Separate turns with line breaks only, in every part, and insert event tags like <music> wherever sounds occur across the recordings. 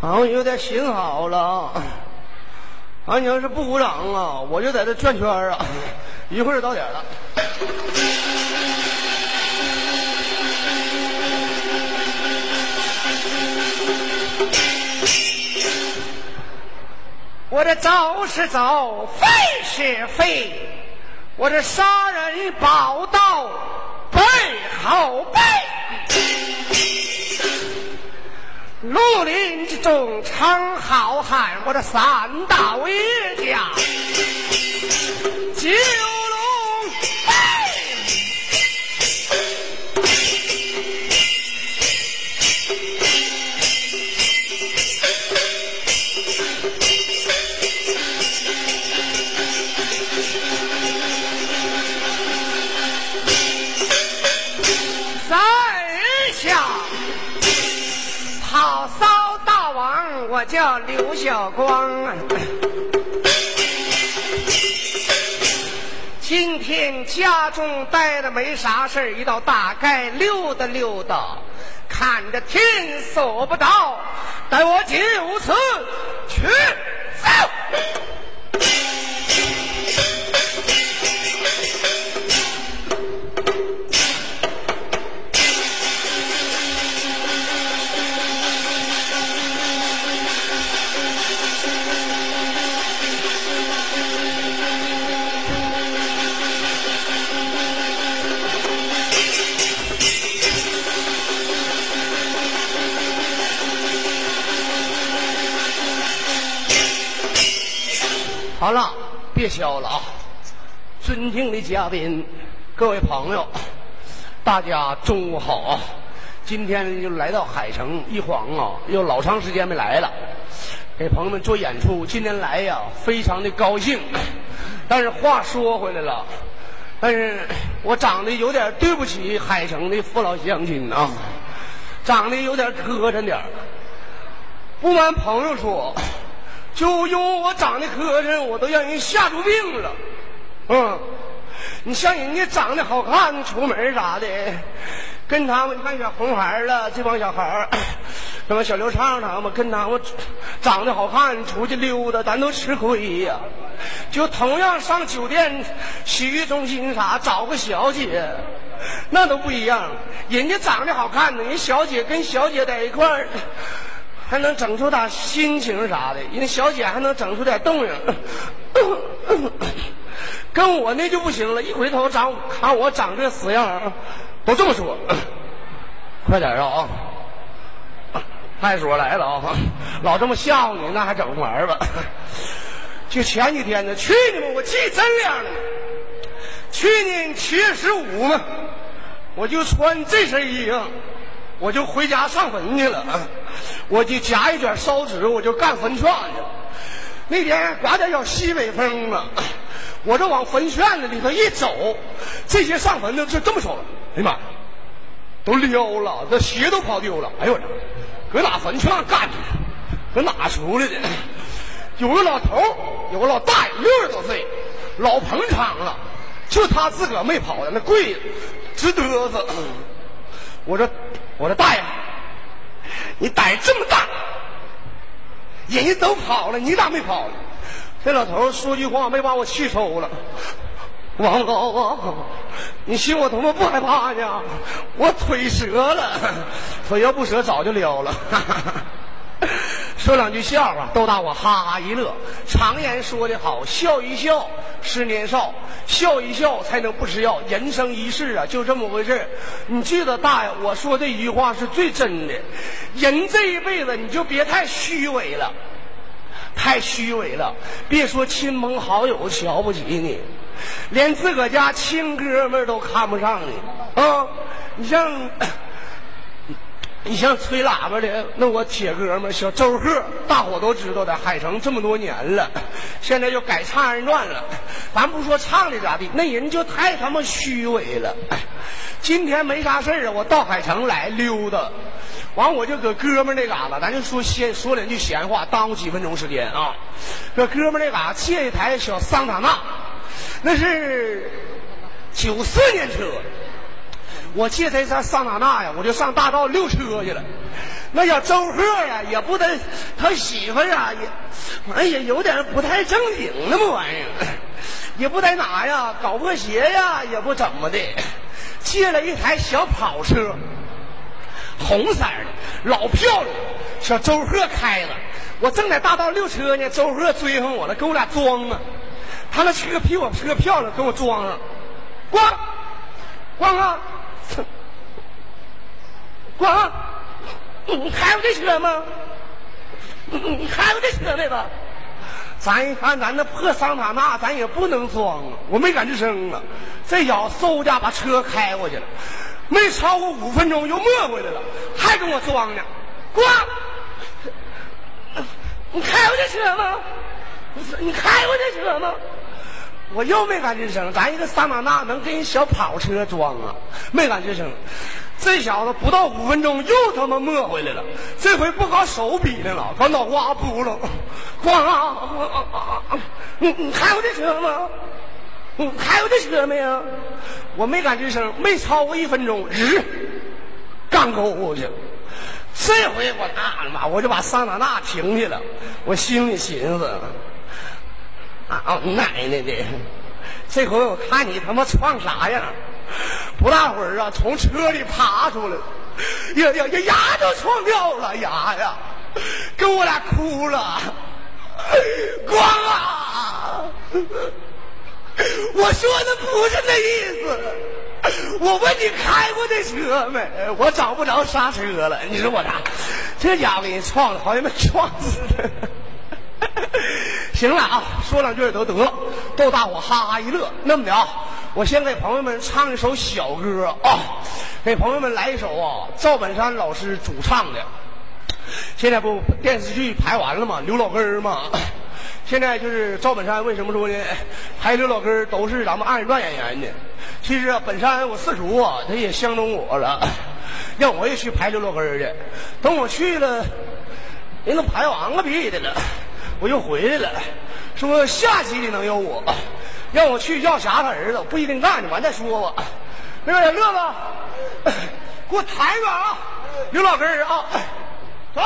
啊，我有点醒好了。啊，你要是不鼓掌啊，我就在这转圈儿啊，一会儿到点儿了。
我这走是走，废是废，我这杀人宝刀背后背。绿林之中常好汉，我这三道一家，九龙背。三下。好骚大王，我叫刘晓光啊。今天家中待着没啥事儿一到大街溜达溜达，看着天搜不着，待我九此去走。好了，别削了啊！尊敬的嘉宾，各位朋友，大家中午好啊！今天就来到海城，一晃啊，又老长时间没来了，给朋友们做演出。今天来呀，非常的高兴。但是话说回来了，但是我长得有点对不起海城的父老乡亲啊，长得有点磕碜点儿不瞒朋友说， <coughs> 就因为我长得磕碜，我都让人吓出病了。嗯，你像人家长得好看，出门啥的，跟他们你看小红孩儿了，这帮小孩儿， <coughs> 什么小刘畅他们，跟他们长得好看，出去溜达，咱都吃亏呀、就同样上酒店、洗浴中心啥找个小姐，那都不一样。人家长得好看呢，人小姐跟小姐在一块儿。还能整出点心情啥的，人小姐还能整出点动静，跟我那就不行了，一回头长看我长这死样儿，都这么说，快点儿啊！派出所来了啊，老这么吓唬你，那还整不玩儿吧？ <laughs> 就前几天呢，去你妈！我记真亮啊了，去年七月十五嘛，我就穿这身衣裳，我就回家上坟去了，我就夹一卷烧纸，我就干坟串去了。那天刮点小西北风嘛，我这往坟圈子里头一走，这些上坟的就这么瞅了，哎呀妈呀！都撩了，这鞋都跑丢了。哎呦我这，搁哪坟圈干的？搁哪出来的？有个老头儿，有个老大爷，六十多岁，老捧场了，就他自个儿没跑的，那跪着直嘚瑟。我说，我说大爷，你胆儿这么大，人家都跑了，你咋没跑呢？这老头儿说句话没把我气抽了。王老啊，你信我他妈不害怕呢？我腿折了，腿要不折早就撩了。 <laughs> 说两句笑话逗大伙哈哈一乐。常言说得好，笑一笑是年少，笑一笑才能不吃药。人生一世啊，就这么回事儿你记得大爷，我说这一句话是最真的。人这一辈子，你就别太虚伪了。太虚伪了，别说亲朋好友瞧不起你，连自个儿家亲哥们儿都看不上你啊！你像，你像吹喇叭的那我铁哥们儿小周贺，大伙都知道的，海城这么多年了，现在就改唱二人转了。咱不说唱的咋地，那人就太他妈虚伪了。今天没啥事儿啊，我到海城来溜达，完我就搁哥们儿那嘎达，咱就说先说两句闲话，耽误几分钟时间啊。搁哥们儿那嘎借一台小桑塔纳，那是九四年车。我借他上桑塔纳呀，我就上大道溜车去了。那小周贺呀，也不得他媳妇儿啊，也哎呀，有点不太正经那么玩意儿，也不在哪呀，搞破鞋呀，也不怎么的，借了一台小跑车。红色儿的，老漂亮。小周贺开的，我正在大道溜车呢，周贺追上我了，跟我俩装啊。他那车比我车漂亮，跟我装上，咣，咣啊，咣啊，你开过这车吗？你你开过这车没吧？咱一看咱那破桑塔纳，咱也不能装啊！我没敢吱声啊。这小子嗖一下把车开过去了，没超过五分钟就没回来了，还跟我装呢，咣！你开过这车吗？你你开过这车吗？我又没敢吱声，咱一个桑塔纳能跟一小跑车装啊？没敢吱声。这小子不到五分钟又他妈没回来了，这回不搞手比来了，搞脑瓜扑棱，咣啊！你你开过这车吗？你开过这车没有？我没敢吱声，没超过一分钟，日干沟过去了。这回我大了妈，我就把桑塔纳停下了。我心里寻思，啊，奶奶的！这回我看你他妈撞啥样！不大会儿啊，从车里爬出来了，呀呀呀，牙都撞掉了，牙呀，跟我俩哭了， <laughs> 光啊！ <laughs> 我说的不是那意思，我问你开过这车没？我找不着刹车了，你说我咋？这家伙给人撞的，好像没撞死他。 <laughs> 行了啊，说两句也都得了，逗大伙哈哈一乐。那么的啊，我先给朋友们唱一首小歌啊，给朋友们来一首啊，赵本山老师主唱的。现在不电视剧排完了吗？刘老根儿嘛，现在就是赵本山。为什么说呢？排刘老根儿都是咱们二人转演员呢。其实啊，本山我四叔啊，他也相中我了，让我也去排刘老根儿去。等我去了，人都排完个别的了，我又回来了，说下期里能有我，让我去要啥他儿子，我不一定干去，完再说吧。那边小乐子，给我抬一个啊，刘老根儿啊，走。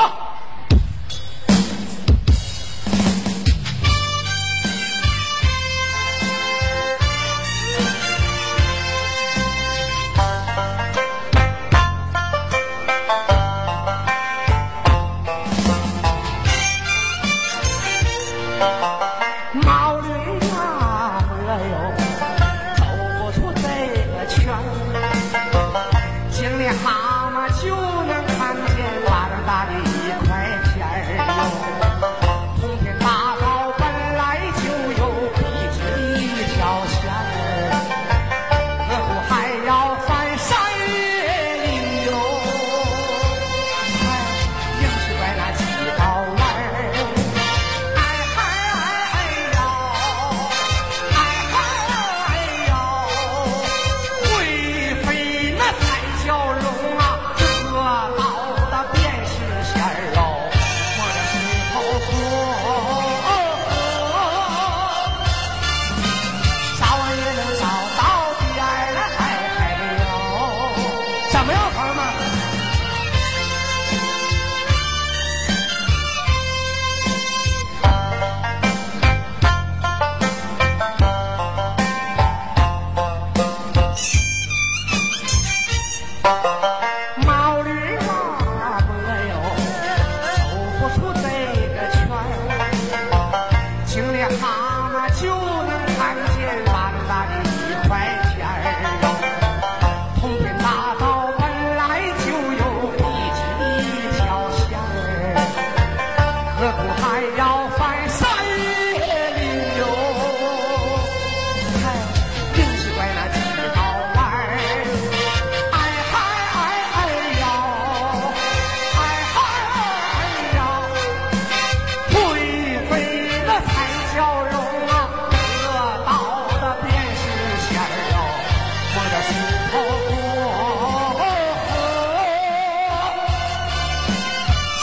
毛驴那么哟，走不出这个圈儿，井里蛤蟆就能看见巴掌大的一块钱儿哟，通天大道本来就有笔直的一条线儿，何苦还要翻山越岭哟？哎，硬去拐那几道弯儿。哎嗨哎哎呦，哎嗨哎呦，会飞那彩蛟龙啊，这倒的便是仙儿喽。摸着石头说，早晚也能找到边儿的，哎嗨哟。怎么样，朋友们？毛驴马不哟，走不出这个圈儿，井里蛤蟆就能看见碗大的一块钱儿。通天大道本来就有笔直一条线儿，何苦还要翻山越岭哟？嗨，硬是拐那几道弯儿。哎嗨哎哎呦，哎嗨哎呦，会飞的彩蛟龙啊，得到的便是仙儿哟。摸着石头过，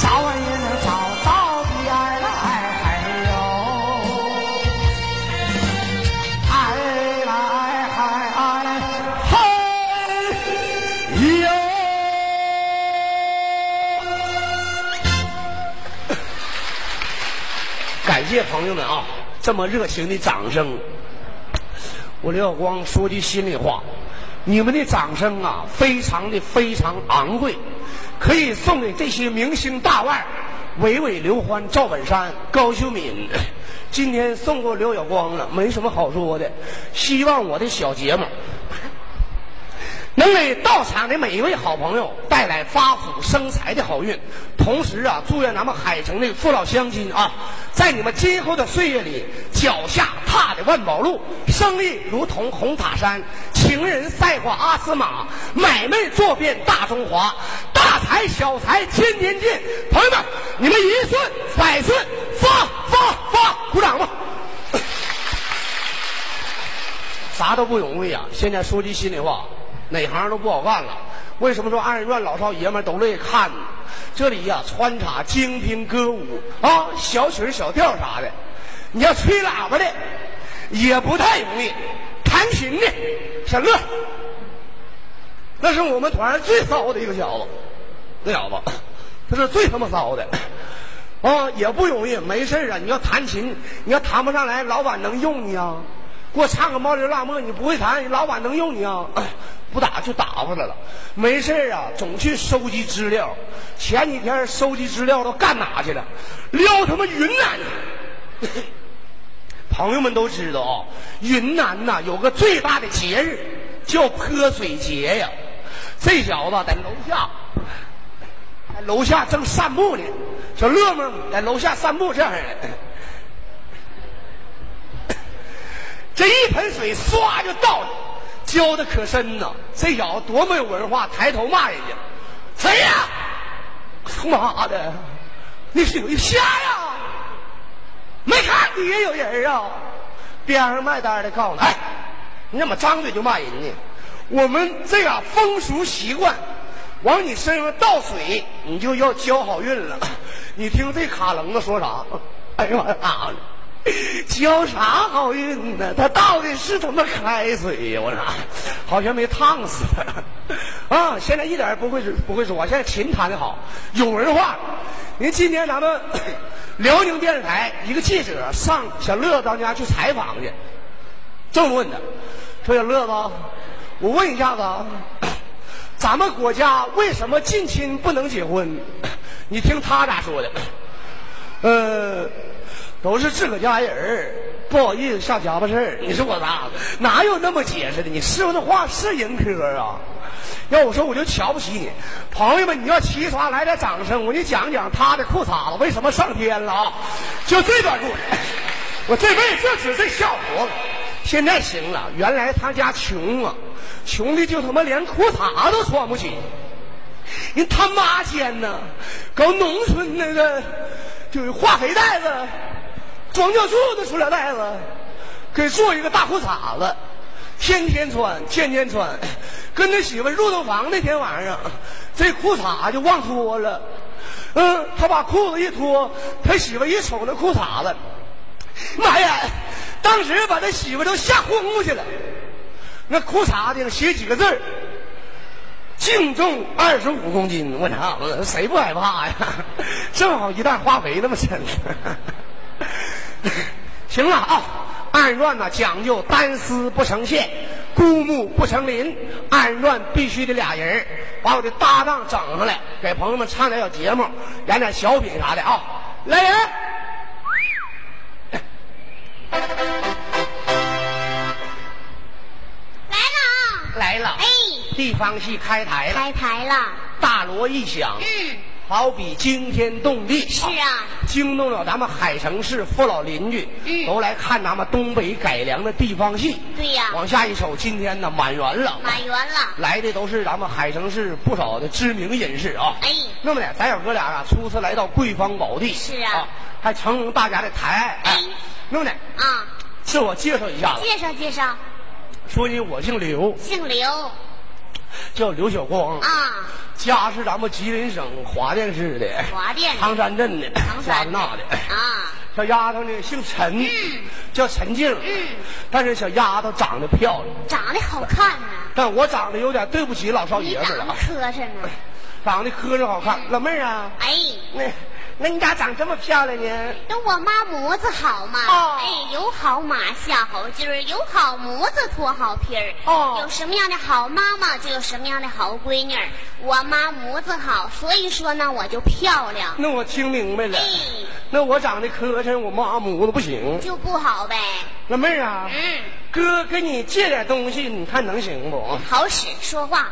早晚也能找到边儿的，哎嗨哟。哎来嗨哎嗨哟！
感谢朋友们啊，这么热情的掌声。我刘晓光说句心里话，你们的掌声啊，非常的非常昂贵，可以送给这些明星大腕儿，伟伟、刘欢、赵本山、高秀敏。今天送过刘晓光了，没什么好说的。希望我的小节目能给到场的每一位好朋友带来发福生财的好运。同时啊，祝愿咱们海城的父老乡亲啊，在你们今后的岁月里，脚下踏的万宝路，生意如同红塔山，情人赛过阿斯玛，买卖做遍大中华，大财小财天天见。朋友们，你们一顺百顺，发发发，鼓掌吧！啥都不容易啊！现在说句心里话，哪行都不好干了。为什么说二人转老少爷们儿都乐意看呢？这里呀、穿插精品歌舞啊，小曲儿小调儿啥的。你要吹喇叭的也不太容易，弹琴的小乐，那是我们团儿最骚的一个小子，那小子他是最他妈骚的。啊，也不容易，没事儿啊。你要弹琴，你要弹不上来，老板能用你啊？给我唱个《猫驴辣磨》，你不会弹，老板能用你啊？ <coughs> 哎不打就打发来了，没事儿啊，总去收集资料。前几天收集资料都干哪去了？撩他妈云南去。朋友们都知道啊，云南呐、有个最大的节日叫泼水节呀。这小子在楼下，在楼下正散步呢，小乐们在楼下散步这样的。这一盆水唰就倒了，浇的可深呐！这小子多么有文化，抬头骂人家：“谁呀？他妈的，你是有一瞎呀？没看底下有人啊？”边上卖单的告诉他：“哎，你怎么张嘴就骂人呢？我们这个风俗习惯，往你身上倒水，你就要交好运了。 <coughs> 你听这卡楞子说啥？哎呀妈呀！” <laughs> 交啥好运呢？他倒的是他妈开水呀！我操，好像没烫死他啊！现在一点儿不会不会说，现在琴弹的好，有文化。您今天咱们 <clears throat> 辽宁电视台一个记者上小乐当家去采访去，这么问的，说小乐子，我问一下子啊，咱们国家为什么近亲不能结婚？你听他咋说的？呃，都是自个家人儿不好意思下家伙事儿。你说我咋？哪有那么解释的？你师傅的话是人科啊！要我说，我就瞧不起你。朋友们，你要齐刷来点掌声，我给你讲讲他的裤衩子为什么上天了啊！就这段故事，我这辈子就指这笑活了。现在行了，原来他家穷啊，穷的就他妈连裤衩都穿不起。人他妈尖呐，搞农村那个就是化肥袋子、装尿素的塑料袋子，给做一个大裤衩子，天天穿，天天穿。跟他媳妇入洞房那天晚上，这裤衩就忘脱了。嗯，他把裤子一脱，他媳妇一瞅那裤衩子，妈呀！当时把他媳妇都吓昏过去了。那裤衩顶写几个字儿。净重二十五公斤，我操！谁不害怕呀？ <laughs> 正好一袋化肥那么沉。 <laughs> 行了啊，按院呢讲究单丝不成线，孤木不成林，按院必须得俩人儿把我的搭档整上来，给朋友们唱点小节目，演点小品啥的啊！来人！
来了，
来了，
哎，
地方戏开台了，
开台了，
大锣一响，
嗯，
好比惊天动地。
是啊，
惊动了咱们海城市父老邻居，
嗯
都来看咱们东北改良的地方戏。
对呀
往下一瞅，今天呢满员了，
啊满员了，
来的都是咱们海城市不少的知名人士啊。
哎
那么呢，咱小哥俩啊，初次来到桂芳宝地，
是啊
还承蒙大家的抬爱。
哎
那么呢，
啊，
自我介绍一下子，
介绍介绍，
说你我姓刘，
姓刘
叫刘晓光，
啊，
家是咱们吉林省华甸市的，
华电
唐山镇的，
唐
瓜
山
子那的。
啊，
小丫头呢姓陈，叫陈静，
嗯
但是小丫头长得漂亮，
长得好看呐，
但我长得有点对不起老少
你
爷
长
们儿
得
了，哎
磕碜呢，
长得磕碜好看。老妹儿啊，
哎，
那那你咋长这么漂亮呢？
那我妈模子好嘛，
哦
哎，有好马下好筋儿，有好模子脱好皮儿，
哦
有什么样的好妈妈，就有什么样的好闺女儿。我妈模子好，所以说呢，我就漂亮，
那我听明白了
哎，，
那我长得磕碜，我妈母子不行。
就不好呗，
老妹儿啊，
嗯。
哥跟你借点东西，你看能行不？ <coughs>
好使说话，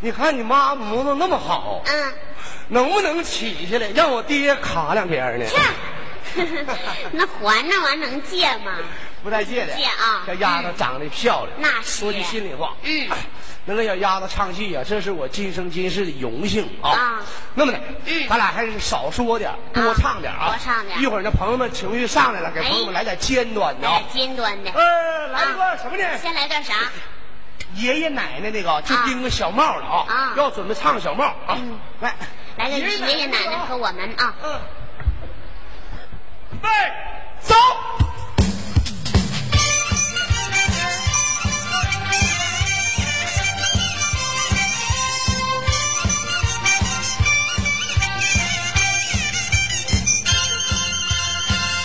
你看你妈母子那么好，
嗯， <laughs>
能不能起下来让我爹卡两天呢？
这那还那玩意儿能借吗？
不带借的，
借啊嗯
小丫头长得漂亮，
那是
说句心里话，
嗯，
能跟小丫头唱戏啊，这是我今生今世的荣幸啊。
啊
那么呢，
嗯
咱俩还是少说点儿，多唱点儿啊，
多唱点儿
一会儿呢，朋友们情绪上来了，给
哎
朋友们来点尖端的
来
啊
点。尖端的，
呃，来一段什么呢？
先来段啥？
爷爷奶奶那个就
啊
盯个小帽了啊，
啊
要准备唱小帽啊，
嗯
来，
来个爷爷奶奶和我们啊，
嗯，预备，走。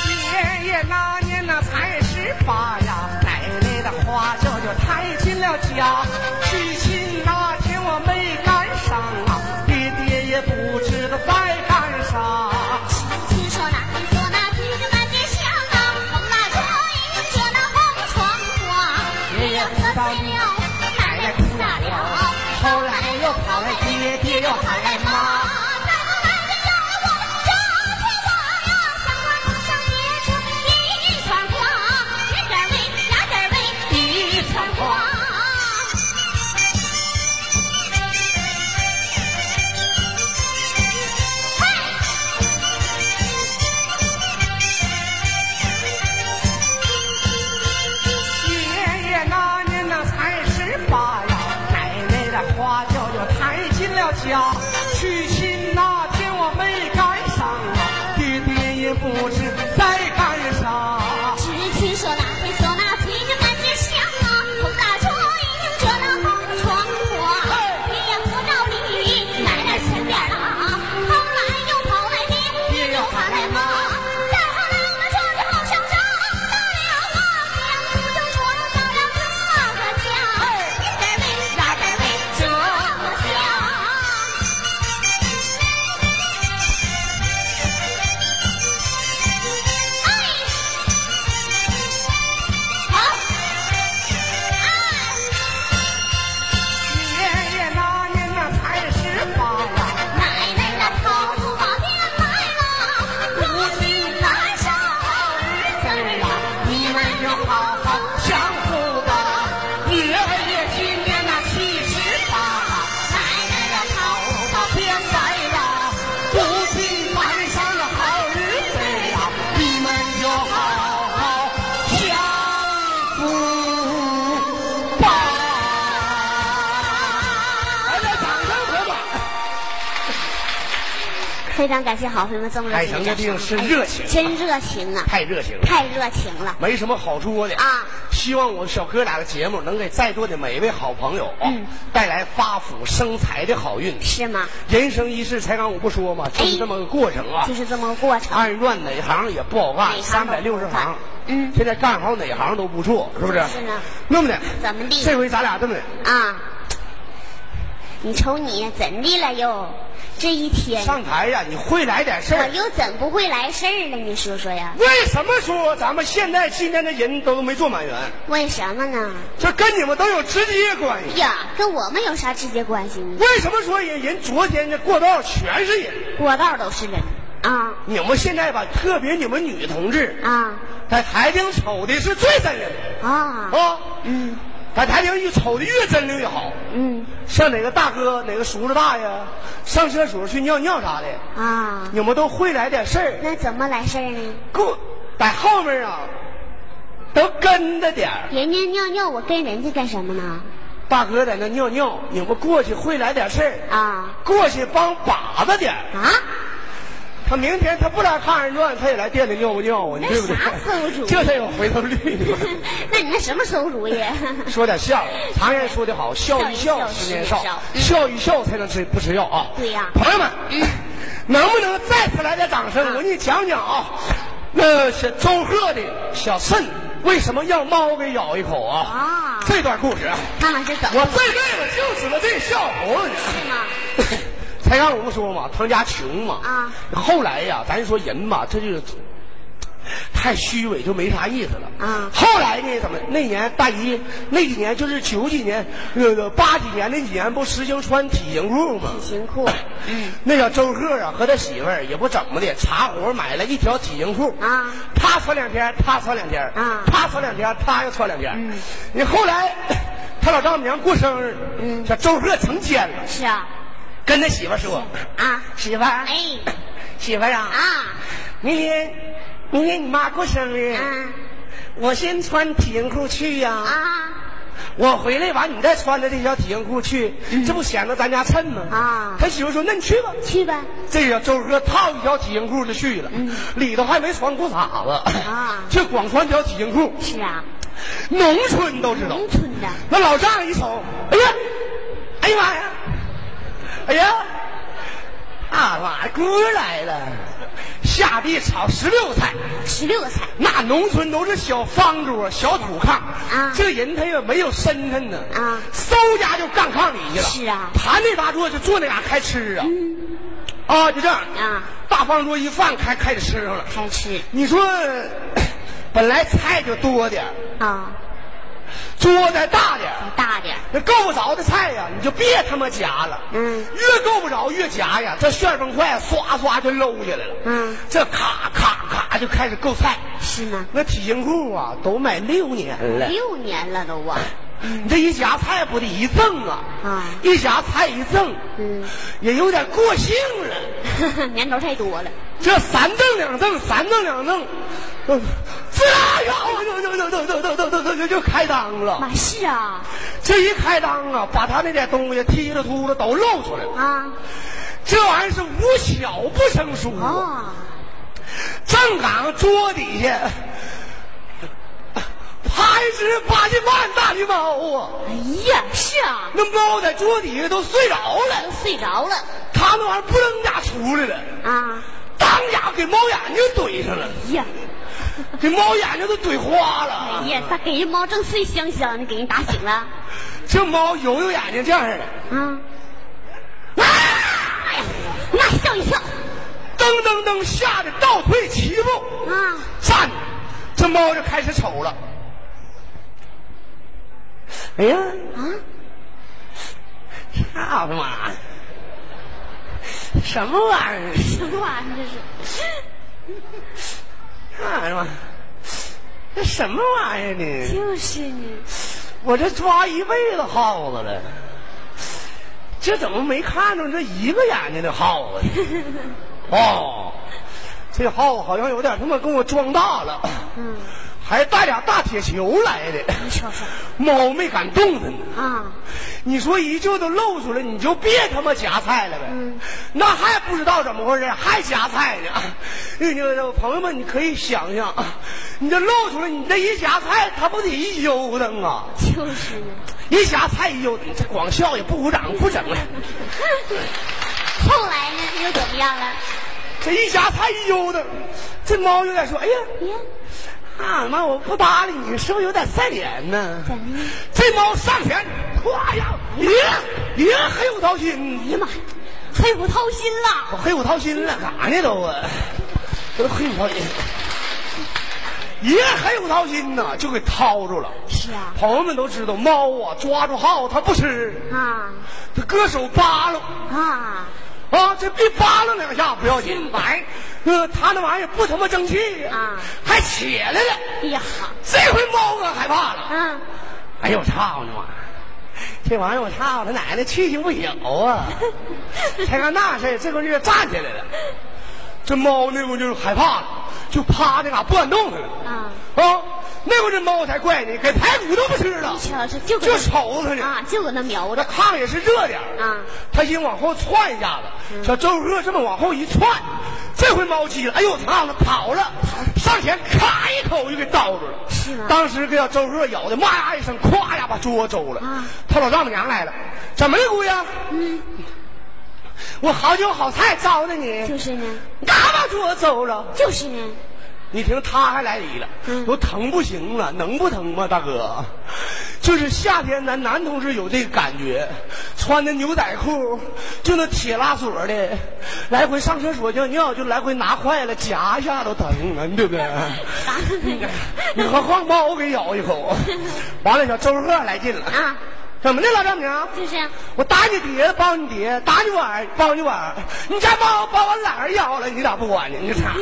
爷爷那年那才十八呀，奶奶的花轿就抬进了家。娶亲那天我没赶上啊，爹爹也不知道在干啥。
听说那听说那听着满街响啊，红那桌映着那红窗花，
爷爷哭到
碎了，奶奶哭大了，
后来又跑来爹爹，又喊来妈。
在我南边有我，照片我呀，想我路上一处，爷爷
了家，娶亲那天我没赶上啊，爹爹也不知在干啥。
只听说那回唢呐吹着满街响啊，红大锤迎着那红闯火，爹娘不着急，奶奶前边儿啊，后来又跑来的，爹
哎
又喊来妈，再后来我们这就好上上到了啊，娘不就说到了这个家，一根儿为啥根儿为这么香。哎，好，
爷爷那年那才十八啊，
哎，奶奶那桃子花店来了，如今难上儿子儿啊，
你们要好好相互吧。爷爷今年那七十八啊，
奶奶那桃
头发变白了，不信晚上好日子呀，你们就好好相互吧。
来点掌声合吧。
非常感谢好朋友们这么热
海
情
城
的
这地
掌声
方，是热情，
真热情啊，
太热情了。
太热情了
没什么好说的
啊！
希望我小哥俩的节目能给在座的每一位好朋友啊，
嗯
带来发福生财的好运。
是吗？
人生一世，才刚我不说嘛，就是这么个过程啊。
哎就是这么个过程。
按愿哪行也不好干，
哪
三
行
百
都
六
不
十
好干
行。
嗯
现在干好哪行都不错，是不是？
是呢
那么的，
怎么地
这回咱俩这么的，
啊，你瞅你怎的了又？这一天
上台呀，你会来点事
我
儿。
又怎不会来事儿了？你说说呀？
为什么说咱们现在今天的人都没做满员？
为什么呢？
这跟你们都有直接关系。
呀，跟我们有啥直接关系呢？
为什么说人人昨天的过道全是人？
过道都是人啊
你们现在吧，特别你们女同志，
啊
在台顶瞅的是最真人
啊！
啊，
嗯
在台顶越瞅的越真灵越好。
嗯
上哪个大哥、哪个叔叔大爷上厕所去尿尿啥的，
啊，
你们都会来点事儿，
那怎么来事儿呢？
够在后面啊，都跟着点儿。
人家尿尿，我跟人家干什么呢？
大哥在那尿尿，你们过去会来点事儿，
啊
过去帮把着点儿。
啊！
他明天他不来看人转，他也来店里尿不尿啊？你对不对？
那啥
<laughs>
馊主意
这才有回头率呢。
<laughs> 那你那什么馊主意？
说点
<laughs>
笑话，常言说得好，笑一笑，
笑一笑
十年
十
少
年少，嗯
笑一笑才能吃不吃药啊。
对呀嗯
朋友们，能不能再次来点掌声？
啊
我给你讲讲啊，那是周贺的小肾为什么让猫给咬一口啊？
啊，
这段故事啊，
看看是怎么
我这辈子就知道这笑话我跟你说
是吗？
<laughs> 才让我们说嘛，他们家穷嘛。
啊
后来呀，咱说人嘛，这就是太虚伪，就没啥意思了。
啊
后来呢，怎么那年大姨那几年就是九几年，那个八几年那几年不实行穿体型裤吗？哎
体型裤，嗯，
那小周贺啊和他媳妇儿也不怎么的，茶活买了一条体型裤
啊
他穿两天，他穿两天
啊
他穿两天，他又穿两天。
嗯，
你后来他老丈母娘过生日，
嗯
这周贺成奸了，
是啊
跟他媳妇儿说。
啊，
媳妇儿，
哎
媳妇儿啊，
啊
明天，明天你妈过生日，
啊
我先穿体型裤去呀、
啊
我回来完，你再穿着这条体型裤去，这不显得咱家衬吗？
嗯啊
他媳妇说：“那你去吧。
去吧，”
这个周哥套一条体型裤就去了，
嗯
里头还没穿裤衩子 <coughs>
啊
就光穿条体型裤。
是啊，
农村都知道，
农村的，
那老丈人一瞅，哎呀，哎呀妈呀，哎呀，啊妈，姑来了，下地炒十六菜。
十六个菜，
那农村都是小方桌、小土炕，
啊
这人他也没有身份呢，
啊
嗖家就干炕里去了，
是啊
盘那嘎坐就坐那嘎开吃啊，
嗯
啊，就这样，
啊，
大方桌一放开开始吃上了。
开吃
你说， <coughs> 本来菜就多点儿
啊，
桌再大点儿
再大点儿，
那够不着的菜呀，你就别他妈夹了。
嗯
越够不着越夹呀，这旋风快，唰唰就搂下来了。
嗯
这咔咔咔就开始够菜。
是嗯吗？
那体型裤啊，都买六年了。
六年了都啊，
你这一夹菜不得一赠啊？
啊
一夹菜一赠，
嗯，
也有点过性了。
<laughs> 年头太多了，
这三赠两赠，三赠两赠，嗯，这呀，我就噔噔噔噔噔噔噔噔噔就开裆了。
妈是啊，
这一开裆啊，把他那点东西踢了秃了都露出来了。
啊
这玩意儿是无巧不成书啊！
哦，
正港桌底下趴一只八斤半大狸猫啊，
哎呀是啊，
那猫在桌底下都睡着
都
了，
睡着了
它那玩意儿扑棱一下出来了，
啊，
当家伙给猫眼睛怼上了，
哎呀，
给猫眼睛都怼花
哎
了。
呀，咋给人猫正睡香香呢，给人打醒了
这猫揉揉眼睛这样似的，
啊？哎呀，那吓我一跳
噔噔噔吓得倒退七步，
啊！
站着，这猫就开始瞅了。哎呀，
啊，
操他妈！什么玩意儿？
什么玩意儿这是？
干嘛？这什么玩意儿呢？
就是呢，
我这抓一辈子耗子了，这怎么没看着这一个眼睛的耗子
<laughs>
呢？哦，这耗子好像有点他妈跟我装大了，
嗯，
<clears throat> 还带俩大铁球来的，
你瞅瞅
<clears throat> 猫没敢动它呢。
啊，
你说一就都露出来，你就别他妈夹菜了呗。
嗯
那还不知道怎么回事，还夹菜呢。 <laughs> 你就朋友们，你可以想想，你这露出来，你这一夹菜，它不得一悠腾啊？
就是呢。
一夹菜一悠腾，这光笑也不鼓掌不整了。
后来呢，又怎么样了？
这一夹菜一悠腾，这猫有点说：“哎呀，
哎呀，
啊妈，我不搭理你，是不是有点赛脸呢？”
怎么呢？
这猫上前，咵呀，咦咦，黑虎掏心。
哎呀妈呀，黑虎掏心
我
了！
黑虎掏心了，干啥呢都啊？这都黑虎掏心，一个黑虎掏心呐，就给掏住了。
是啊，
朋友们都知道，猫啊抓住耗子它不吃，
啊
它搁手扒拉
啊，
啊，这别扒拉两下不要紧，哎，呃，它那玩意儿不他妈争气
啊
还起来了。
哎呀好，
这回猫可害怕了，
啊，
哎呦我操你妈！这玩意儿我操他奶奶去性不小
<laughs>
啊！才干那事儿，这功夫就站起来了。这猫那功夫就是害怕了，就趴那嘎不敢动弹了。
啊，
啊，那功夫这猫才怪呢，给排骨都不吃了
你，瞧瞅，就搁
就
那
瞅它呢。
啊，就搁那瞄
那
着，
炕也是热点儿
啊嗯
它先往后窜一下子，小周哥这么往后一窜，这回猫急了，哎呦我操了，跑了，上前咔一口就给叨住了。
是吗
当时给小周哥咬的，嘛呀一声，咵呀把桌子周了。
啊
他老丈母娘来了，怎么的姑娘？
嗯，
我好酒好菜招待你，
就是呢，
你干嘛把桌子周
<laughs>
了？
就是呢，
你听他还来理了，
嗯
都疼不行了，能不疼吗，大哥？就是夏天咱男同志有这个感觉，穿的牛仔裤，就那铁拉锁的，来回上厕所尿尿就来回拿坏了，夹一下都疼啊，对
<laughs>
不对？
啊，
你何况猫给咬一口，完了小周贺来劲了，
啊，
怎么的，老丈母娘？
就是
我打你碟，包你碟；打你碗，包你碗。你家猫把我懒儿咬了，你咋不管呢？你咋？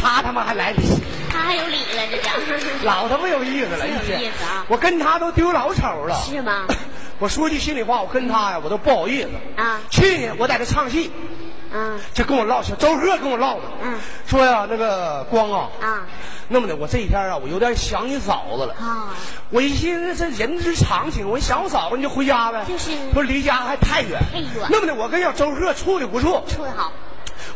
他他妈还来理。
他还有理了，这叫
老他妈有意思了，一
有意
天
思啊
我跟他都丢老丑了。
是吗？
<laughs> 我说句心里话，我跟他呀，我都不好意思。
<laughs> 啊
去年我在这唱戏，
啊
就跟我唠，小周贺跟我唠呢，
嗯
说呀那个光啊，
啊
那么的，我这一天啊，我有点想你嫂子了。
啊，
我一寻思这人之常情，我一想我嫂子，你就回家呗。
就是
不是离家还太远。
太远
那么的，我跟小周贺处的不错，
处的好，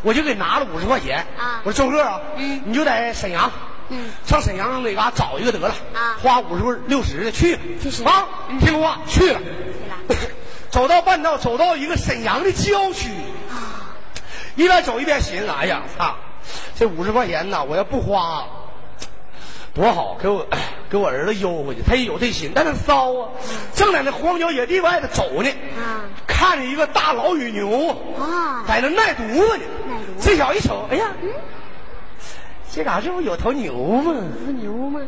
我就给拿了五十块钱。
啊
我说周贺啊，
嗯
你就在沈阳，
嗯
上沈阳那嘎找一个得了，
啊
花五十六十的去吧，
就是
啊，
嗯
听话去了，
对吧？
<laughs> 走到半道，走到一个沈阳的郊区，
啊，
一边走一边寻思，哎呀，操，这五十块钱呐，我要不花，多好，给我给我儿子邮回去，他也有这心，但是骚啊，正在那荒郊野地外头走呢，
啊
看见一个大老乳牛，
啊
在那耐犊子呢
耐犊，子
这小一瞅，哎呀，
嗯，
这嘎这不有头牛吗？
不牛吗？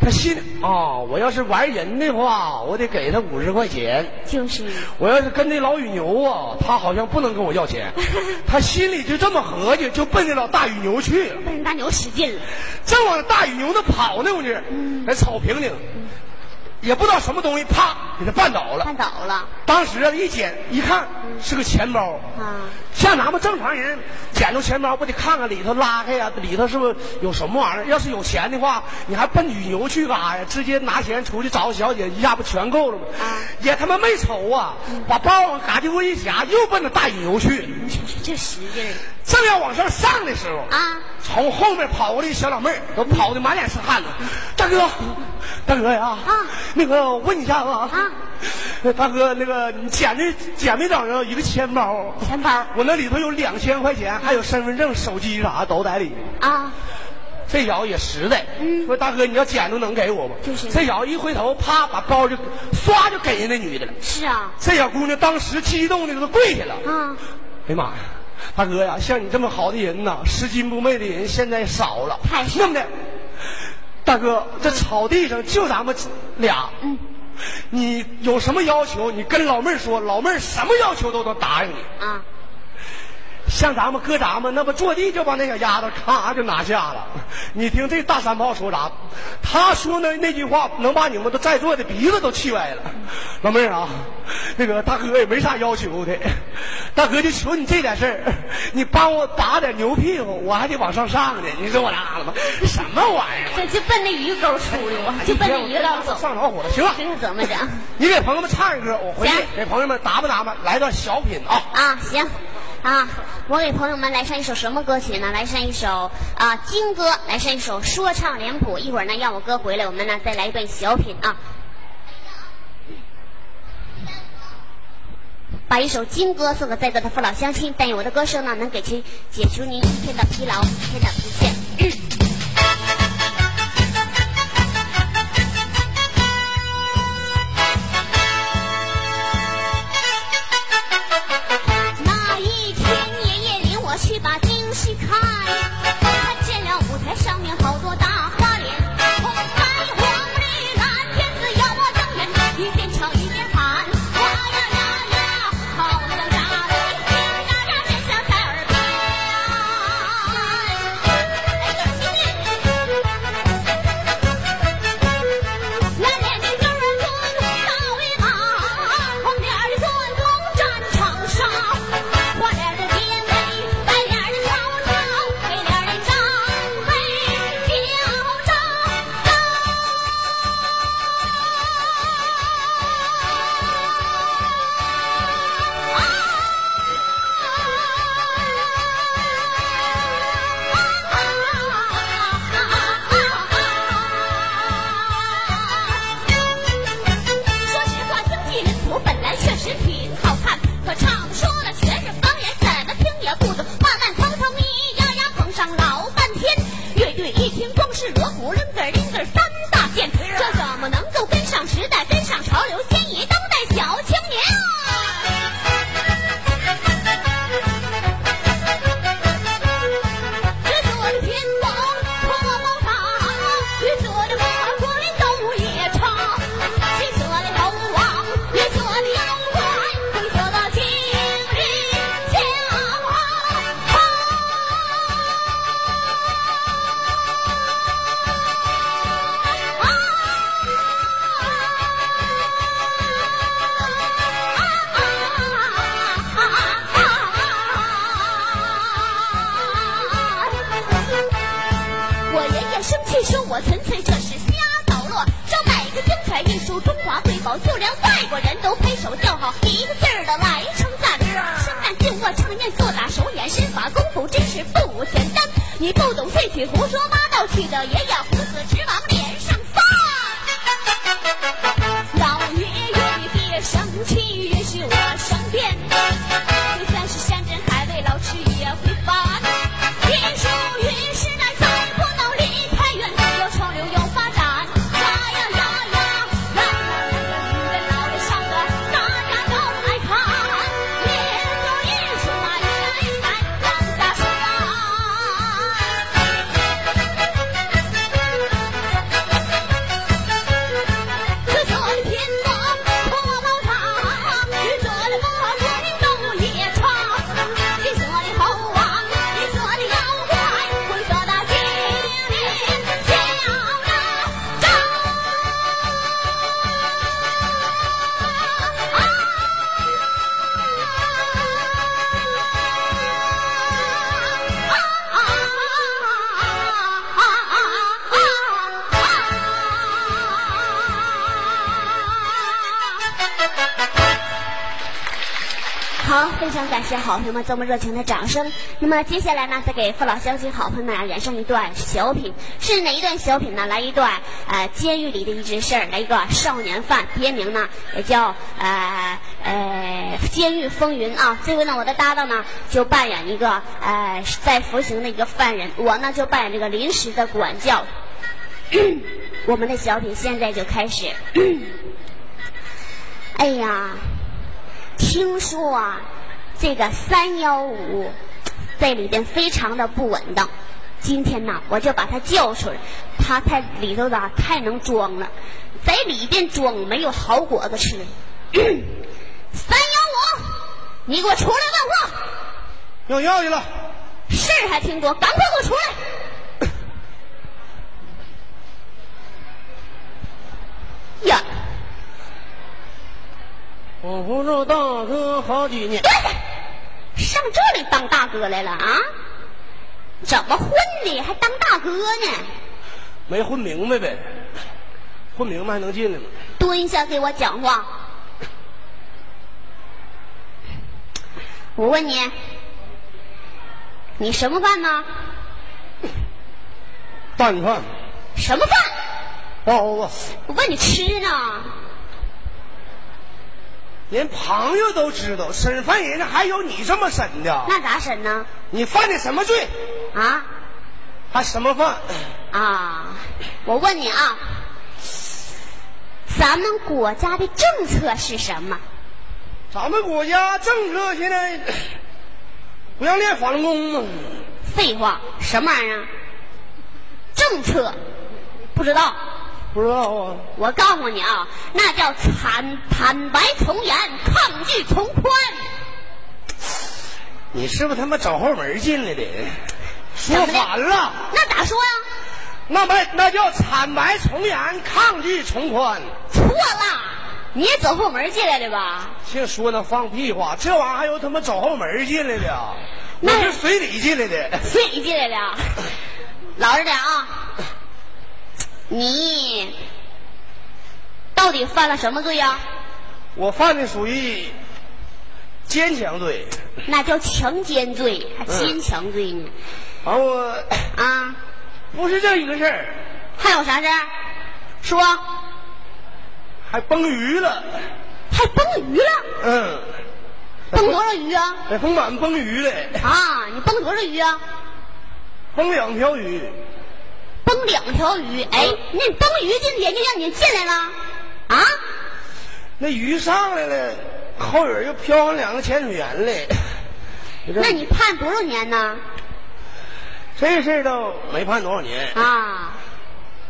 他心里啊、我要是玩人的话，我得给他五十块钱。
就是呢，
我要是跟那老乳牛啊，他好像不能跟我要
<laughs>
钱。他心里就这么合计，就奔那老大乳牛去了。
奔着大牛使劲了，嗯
正往大乳牛那跑呢，我这在草坪顶，也不知道什么东西，啪给他绊倒了。
绊倒了
当时啊，一捡一看是个钱包，
啊！
像咱们正常人捡着钱包，不得看看里头拉开呀、里头是不是有什么玩意儿？要是有钱的话，你还奔旅游去干啥呀？直接拿钱出去找个小姐，一下不全够了吗？
啊
也他妈没瞅啊，把包往嘎叽窝一夹，又奔着大旅游去。
你瞅瞅这使劲儿
正要往上上的时候，
啊！
从后面跑过来一小老妹儿，都跑的满脸是汗了。大哥，大哥呀，那个我问一下子啊
啊，
大哥，那个你捡没捡没找着一个钱包？
钱包
我那里头有两千块钱，还有身份证、手机啥都在里面。
啊！
这小子也实在，
嗯
说大哥，你要捡着能给我吗？
就是
这小子一回头，啪，把包就唰就给人那女的了。
是啊
这小姑娘当时激动的都跪下了。
啊！
哎呀妈呀，大哥呀，像你这么好的人呐，拾金不昧的人现在少了
太，少
那么的，大哥，这草地上就咱们俩，
嗯
你有什么要求，你跟老妹儿说，老妹儿什么要求都能答应你。
啊！
像咱们哥咱们，那不坐地就把那小丫头咔就拿下了。你听这大三炮说啥？他说那那句话能把你们都在座的鼻子都气歪了。老妹儿啊，那个大哥也没啥要求的，大哥就求你这点事儿，你帮我打点牛屁股，我还得往上上呢。你说我拉了吗？什么玩意儿？
这就奔那鱼钩出去，就奔那鱼道走。
上老火了，行了，
真是怎么整
你给朋友们唱一歌，我回去
行
给朋友们打吧打吧，来段小品啊。
啊？行啊！我给朋友们来上一首什么歌曲呢？来上一首啊京歌，来上一首说唱脸谱。一会儿呢，让我哥回来，我们呢再来一段小品啊。把一首金歌送给在座的父老乡亲，但愿我的歌声呢能给其解除您一天的疲劳，一天的疲倦。那一天，爷爷领我去把京戏看，看见了舞台上面好多大花脸，红白黄绿蓝，天子要我睁眼，一边唱一边喊，哇呀呀呀，好了个大雷，叮当当真响在耳边。哎呀，那脸的牛肉炖大尾巴，红脸的孙公战长沙，花脸的蝶眉，白脸的曹操，黑脸的张飞叫张三。啊说实话，京剧脸谱本来确实挺好看，可唱说了全是方言，怎么听也不懂，慢慢腾腾咪呀呀捧上老半天。乐队一听光是锣鼓抡个拎个三大件，这怎么能够跟上时代，跟上潮流，先以当代小青年啊？只得的天王破毛大，只得的马官斗夜叉，只得的猴王，只得的妖怪，只得的金日笑哈啊！我爷爷生气说：“我纯粹这是瞎捣乱，说哪个精彩艺术中华瑰宝，就连外国人都拍手叫好，一个劲儿的来称赞。生旦净卧唱念做打手眼身法功夫，真是不无简单。你不懂萃取胡说八道，气得爷爷胡子直往脸上翻。”老爷爷，你别生气，允许我生病。就算是山珍海味，老吃也会烦。天书云时代，再不能离太远，要潮流要发展。呀呀呀呀，呀呀呀呀，你的脑袋上的大家都爱看。民族艺术啊，一代一代往大传。这左的偏左，破毛长，啊
非常感谢好朋友们这么热情的掌声。那么接下来呢，再给父老乡亲、好朋友们啊演上一段小品，是哪一段小品呢？来一段呃监狱里的一件事儿，来一个少年犯，别名呢也叫呃呃监狱风云啊。这回呢，我的搭档呢就扮演一个呃在服刑的一个犯人，我呢就扮演这个临时的管教。我们的小品现在就开始。 <clears throat> 哎呀，听说啊，这个三幺五在里边非常的不稳当。今天呐，我就把他叫出来，他太里头吧太能装了，在里边装没有好果子吃。 <clears throat> 三幺五，你给我出来问话，
要药去了，
事儿还挺多，赶快给我出来！呀，
我不做大哥好几年
对，上这里当大哥来了啊？怎么混的还当大哥呢？
没混明白呗，混明白还能进来吗？
蹲下给我讲话。我问你，你什么饭呢？
拌饭、
什么饭？
包子，
我问你吃呢？
连朋友都知道，审犯人还有你这么审的？
那咋审呢？
你犯的什么罪？
啊
还什么犯？
啊！我问你啊，咱们国家的政策是什么？
咱们国家政策现在不让练法轮功吗？
废话，什么玩意儿啊？政策不知道。
不知道啊，
我告诉你啊，那叫坦坦白从严，抗拒从宽。
你是不是他妈找后门进来的？说
怎么的
反了，
那咋说呀？
那白那叫坦白从严，抗拒从宽。
错了，你也走后门进来的吧？
<laughs> 净说那放屁话，这玩意儿还有他妈找后门进来的啊？我
那
是随礼进来的。
随你进来了，老实点啊！你到底犯了什么罪呀、
我犯的属于坚强罪，
那叫强奸罪，还坚强罪呢？
完我
啊，
不是这一个事儿，
还有啥事儿？说，
还崩鱼了。
还崩鱼了？
嗯，
崩多少鱼啊？
哎，丰满崩鱼了，
啊，你崩多少鱼啊？
崩两条鱼。
崩两条鱼，哎，那你崩鱼今天就让你进来了，啊？
那鱼上来了，后边又飘上两个潜水员来。
那你判多少年呢？
这事儿倒没判多少年，
啊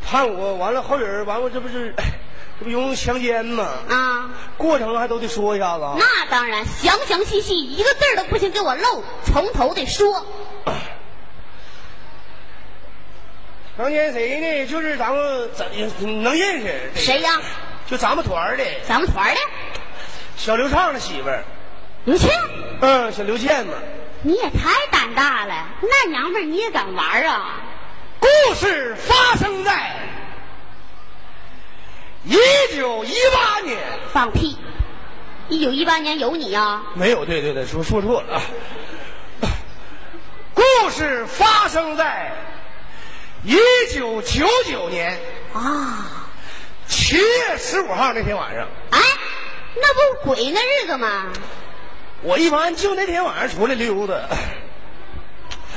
判我完了后人完了，这不是这不容易强奸吗？
啊，
过程还都得说一下子啊。
那当然，详详细细，一个字儿都不行，给我漏，从头得说。
强奸谁呢？就是咱们咱你能认识
谁？呀？
就咱们团儿的
咱们团儿的
小刘畅的媳妇儿，
刘倩，
嗯，小刘倩嘛。
你也太胆大了，那娘们儿你也敢玩儿啊？
故事发生在一九一八年，
放屁！一九一八年有你啊？
没有，对对对，说说错了。啊故事发生在一九九九年
啊，
七月十五号那天晚上，
哎，那不鬼那日子吗？
我一般就那天晚上出来溜达，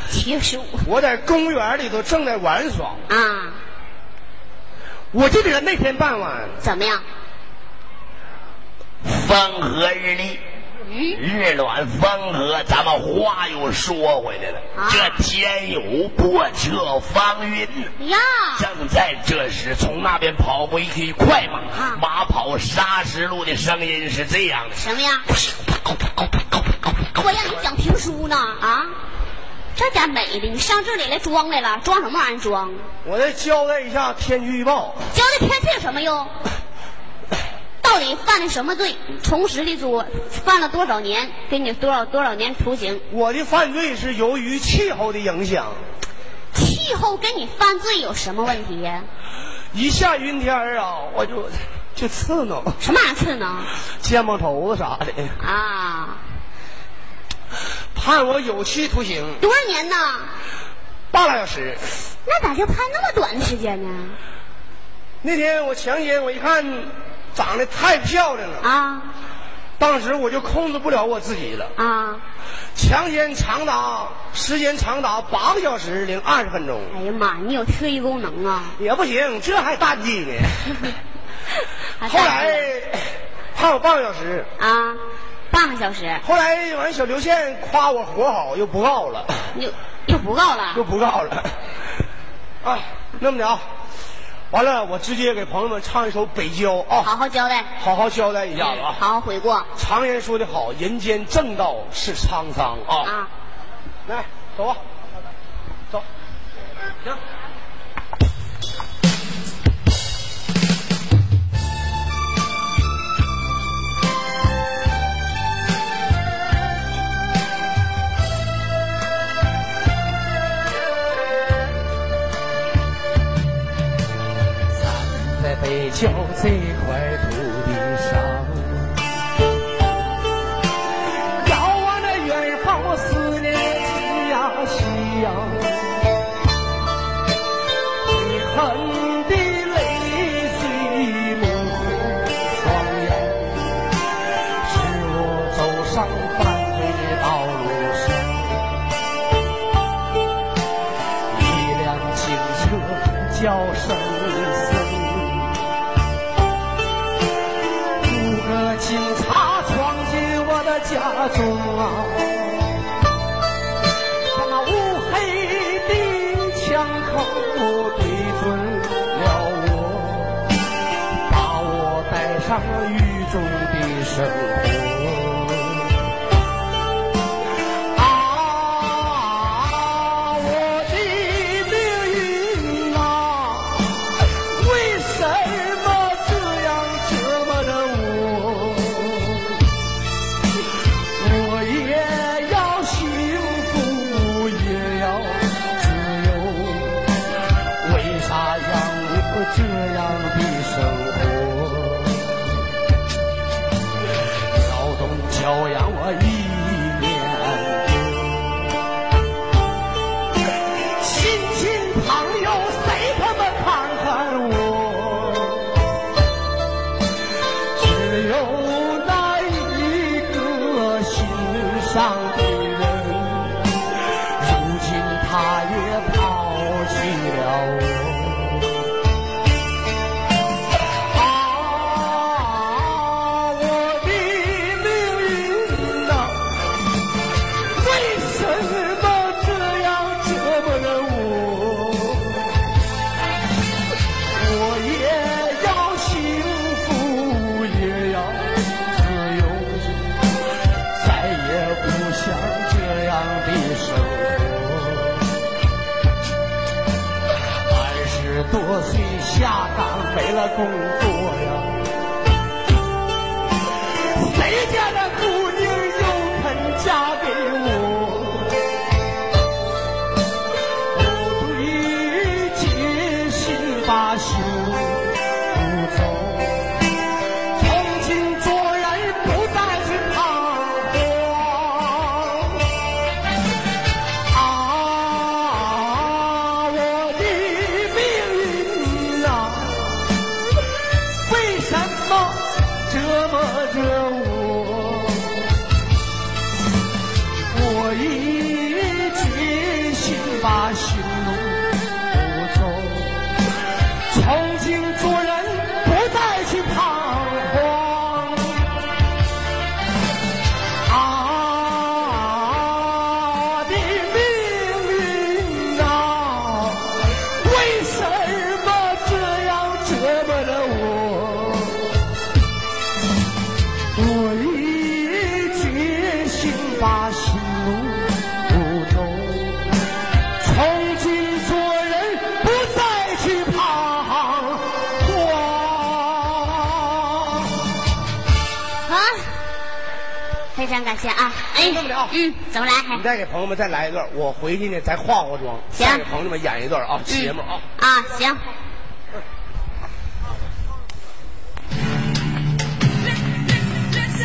七月十五
我在公园里头正在玩耍，
啊？
我就觉得那天傍晚
怎么样？
方和日丽，
嗯。
日暖方和。咱们话又说回来了，
啊
这天有破车方云。
呀，
正在这时，从那边跑过一匹快马，
啊
马跑砂石路的声音是这样的：
什么呀？我让你讲评书呢啊！这家美的，你上这里来装来了，装什么玩意儿装？
我再交代一下天气预报。
教那天气有什么用？到底犯了什么罪？从实的说，犯了多少年，给你多少多少年徒刑？
我的犯罪是由于气候的影响，
气候跟你犯罪有什么问题呀？
一下云天儿啊，我就就刺挠
什么玩意儿刺挠
肩膀头子啥的。
啊？
判我有期徒刑
多少年呢？
半拉小时。
那咋就判那么短的时间呢？
那天我强奸，我一看长得太漂亮了，
啊
当时我就控制不了我自己了。
啊！
强奸长达时间长达八个小时零二十分钟，
哎呀妈，你有特异功能啊！
也不行，这还淡季呢。
还
后来
带着
判我半个小时，
啊，半个小时
后来完小刘宪夸我活好，又不告了，
又又不够
又
了
不告了。 <laughs> 啊，那么的啊，完了我直接给朋友们唱一首《北郊》啊，
好好交代，
好好交代一下子啊。
好好悔过
常言说得好，人间正道是沧桑啊。
啊！
来，走
啊
吧，走，行。
在北郊这块土地上，遥望着远方，我思念夕呀夕呀，遗憾的泪水模糊双眼，使我走上犯罪的道路上。一辆警车叫声声，五个警察闯进我的家中啊，把那乌黑的枪口对准了我，啊把我带上狱中的生活。啊，我的命运啊，为什么这样折磨着我？我也要幸福，也要自由，为啥让我这样的生活？劳动教养我一年多，亲戚朋友谁他妈看看我？只有那一个心上的人，如今他也抛弃了我。啊，我的命运啊，为什么这样折磨着我？我也要幸福，也要自由，再也不想这样的生活。哎二十多岁下岗没了工作呀，谁家的姑娘又肯嫁给我？我对结十八宿不走，从今做人不再是彷徨。啊，我的命运啊，为什么折磨着我？我已决心把心路不走，从今做人不再去彷徨。啊，我的命运啊，为什么这样折磨着我？我已决心把心路不走，从今做人不再去彷徨。
好，非常感谢啊！哎，
这么聊
嗯，怎么来？
你再给朋友们再来一段，我回去呢再化化妆，
行
再给朋友们演一段啊，节目啊。
啊，行。
Let's celebrate. Let's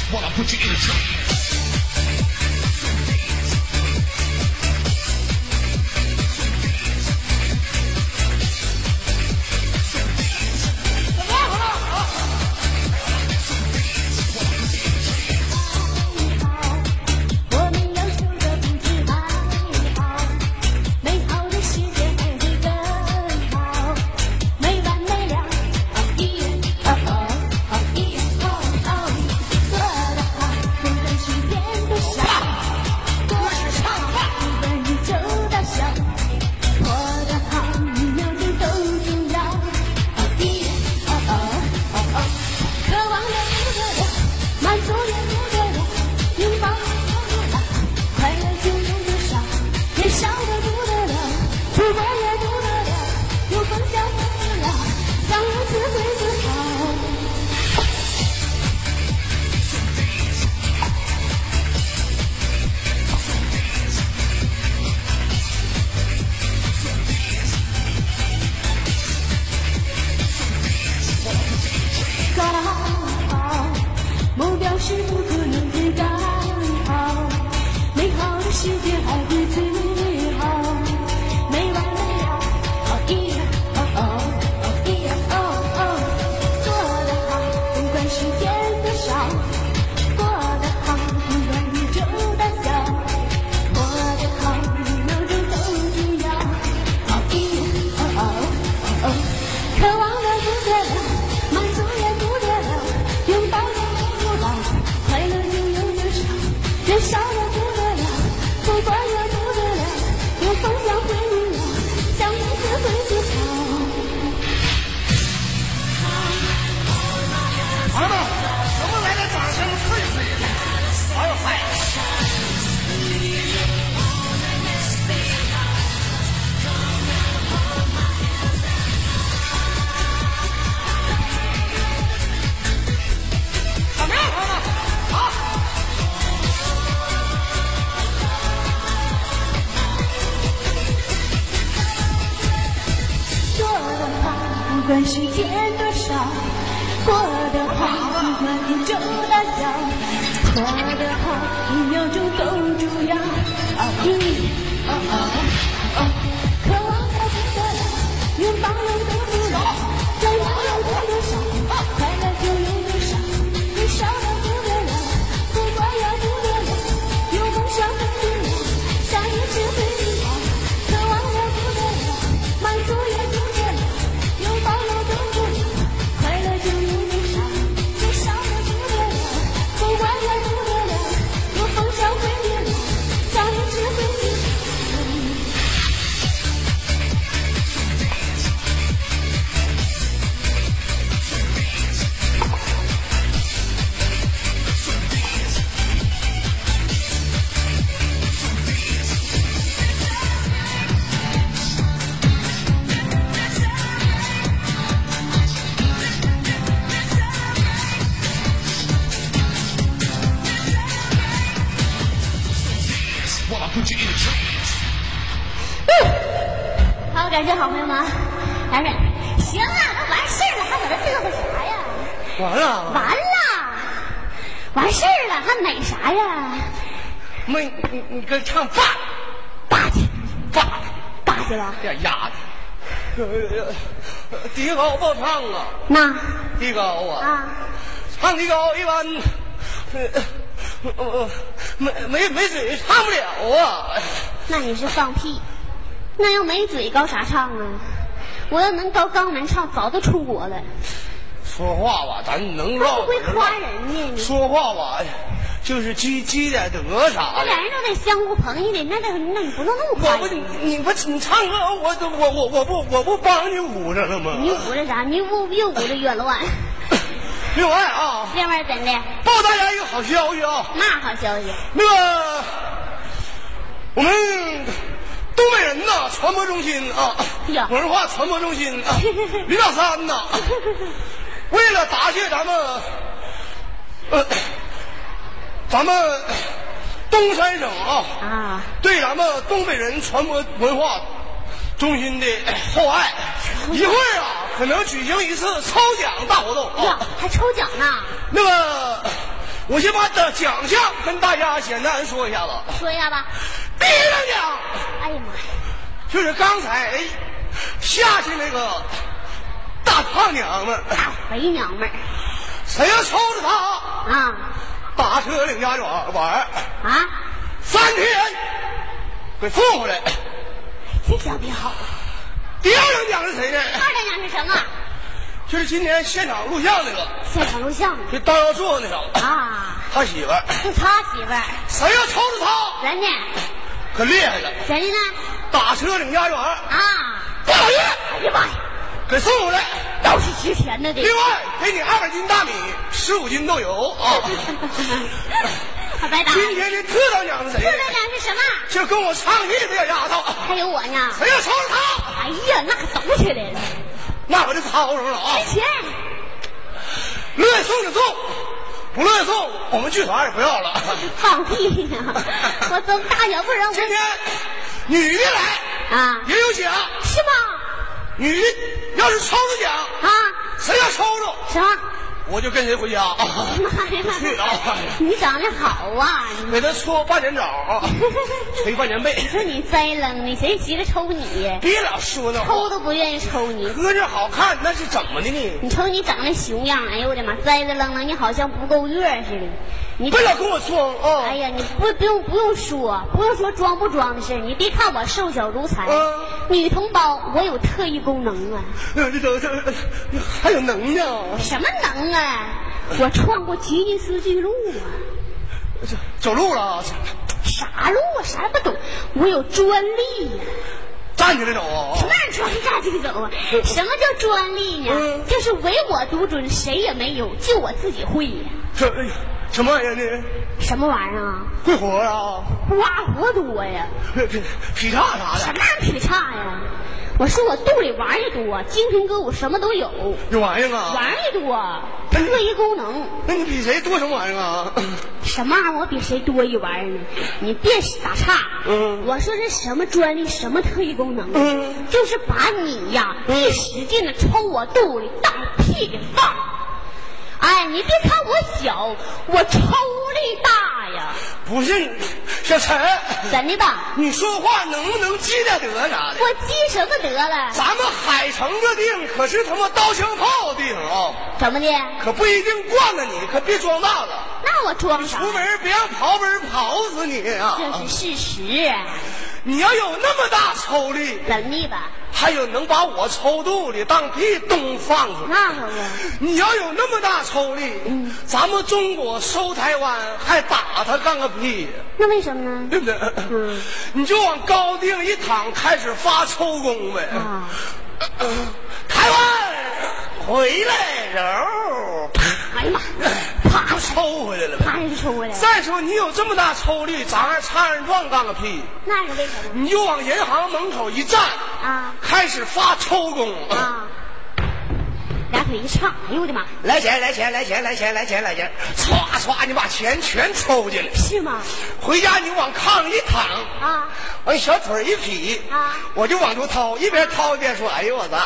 celebrate.
不去这个车。
我们要守着彼此爱好，美好的世界才会更好，没完没了。哦咦哦哦哦咦哦哦，过得好，每段时间都少，过得好，一个人就到笑，过得好，你有你都重要。哦咦哦哦哦哦，渴望的不得了，满足也不得了。拥抱也不得了，快乐就有多少，也少得不得了，出国也不得了，有梦想不得了，想如此会自豪。高傲，目标是不可能最高傲，美好的世界还会最好，没完没了。哦咦哦哦哦咦哦哦，做得好，不管时间多少，过得好，不管宇宙大小，过得好，每秒钟都重要。哦咦哦哦哦哦，渴望的不得了。满足也不得了，拥抱也不够了，快乐就有多少，人少也不得了，出国也不得了，有梦想回不了，想一次回自嘲。
朋友们，能不能来点掌声刺激刺激？好有派！怎么样，朋友们？好。
过得好，不管时间多少；过得好，不管宇宙大小；过得好，一秒钟都重要。哦咦，哦哦哦，渴望的不得了，拥抱又得不了，想要有多少，快乐就有多少，你少了不得了，不管要不得了，有梦想不得了，想一直会你好，渴望的不得了，满足也不得了，拥抱也都不了，快乐就有多少，你少了不得了，不管要不得了，有梦想会你好，想一直会你好。
Wanna put you in a trance.
好，感谢好朋友
啊
们。哎呀，行啊，都完事儿了，还搁这嘚瑟啥呀？
完了，
嗯完啊了，完事儿了，还美啥呀？
没你你跟唱饭
霸气，
饭
霸气了。
呀丫 <laughs> 的，呃呃底高不唱啊，
那
底高啊，
啊，
唱底高一般， <laughs> 呃呃没没没嘴唱不了啊。
那你是放屁。那要没嘴高啥唱啊？我要能高高能唱，早都出国了。
说话吧，咱能
还
唠
不会
能
夸
唠
人呢，你
说话吧，就是积积点德啥
那
的
俩。人都得相互捧一点，那得那你不能那么夸
我不，
人
你。你不你唱歌，我都我我我不我不帮你捂上了吗？
你捂着啥？你捂越捂着越乱。
另外啊，
另外怎的？
报大家一个好消息啊，
那好消息，
那个我们东北人呐，传播中心啊
哎呀，
文化传播中心啊，李老三呐，为了答谢咱们，呃，咱们东三省啊，
啊，
对咱们东北人传播文化中心的哎厚爱，一会儿啊可能举行一次抽奖大活动
呀
啊。，
还抽奖呢。
那么我先把的奖项跟大家简单说一下子。
说一下吧。
第一等奖
哎呀妈
<laughs>
呀！
就是刚才下去那个大胖娘们，
大肥娘们儿
谁要抽着她，
啊
打车领家庄玩儿
啊！
三天，给送回来。
这奖品好啊。
第二等奖是谁呢？
二等奖是什么？
就是今天现场录像那个，
现场录像
就当腰坐那个，
啊！
他媳妇儿，
就他媳妇儿，
谁要抽着他，
人呢？
可厉害了，
谁呢？
打车领家园
啊！
半个月
哎呀妈呀，
给送回来。
都是值钱的这
另外给你二百斤大米，十五斤豆油
<laughs>
啊。
还白打。
今
四
天的特等奖是谁
等
呢？
奖是什么？
就跟我唱戏的这丫头，
还有我呢。
谁要抽着他，
哎呀，那可抖起来了，
那我就操上了啊
值！钱。
乐意送就送，不乐意送我们剧团也不要了。
放
<laughs>
屁呢！我这么大小不人，
今
我
天女的来
啊，
也有奖，
是吗？
女的要是抽着奖，
啊，
谁要抽着，
什么？
我就跟谁回家啊！
妈
去
呀！
啊！
你长得好啊！你
给他搓半年澡啊，捶半年背，
<laughs> 说你栽楞你谁急着抽你呀？
别老说那
抽
话。
都不愿意抽你，
哥这好看，那是怎么的呢？
你瞅你长那熊样，哎呦我的妈，栽栽楞楞，你好像不够月似的。你
别老跟我装啊
哎！呀，你不不用不用说，不用说装不装的事儿你别看我瘦小如柴，
嗯呃
女同胞我有特异功能啊，
这这这还有能量，
什么能啊？我创过吉尼斯纪录啊！
这走路了，
啥路啊？啥也不懂，我有专利啊呀、
站起来走啊
什！么人装大就走啊？什么叫专利呢
嗯？
就是唯我独尊，谁也没有，就我自己会呀、
这哎呀什么玩意儿呢？
什么玩意儿啊？
会活啊？
花活多呀，
这这劈叉啥
什
的，
么样劈叉呀？我说我肚里玩儿也多，精神歌舞什么都有，
这玩意儿啊？
玩儿也多，特异功能。
那你比谁多什么玩意儿啊？
什么玩意儿我比谁多一玩意儿呢？你别打岔。
嗯
我说这什么专利，什么特异功能？
嗯
就是把你呀、一使劲的冲我肚里当屁给放。哎，你别看我小，我抽力大呀，
不是你，小陈，
怎的吧？
你说话能不能积点德啥的？
我积什么德了？
咱们海城这地方可是他妈刀枪炮地方啊，
怎么的？
可不一定惯着你，可别装大了。
那我装啥？
出门别让刨门刨死你啊！
这是事实，
你要有那么大抽力，
怎的吧？
还有能把我抽肚里当屁东放出来。
那嗯可不，
你要有那么大抽力，咱们中国收台湾还打他干个屁，
那为什么呢？
对不对？
嗯
你就往高定一躺，开始发抽功呗。
啊，
台湾回来喽，
哎呀妈，
啪就抽回来了呗。
啪就抽过来了，
再说你有这么大抽力，咱还插人撞干个屁？
那是为什么
你就往银行门口一站，
啊？
开始发抽功。 <laughs>
啊，俩腿一叉，哎呦我的妈，
来钱，来钱，来钱，来钱，来钱，来钱，唰唰，你把钱全抽进来。
是吗？
回家你往炕上一躺，
啊，
往小腿儿一劈，
啊
我就往出掏，一边掏一边说：“哎呦我操，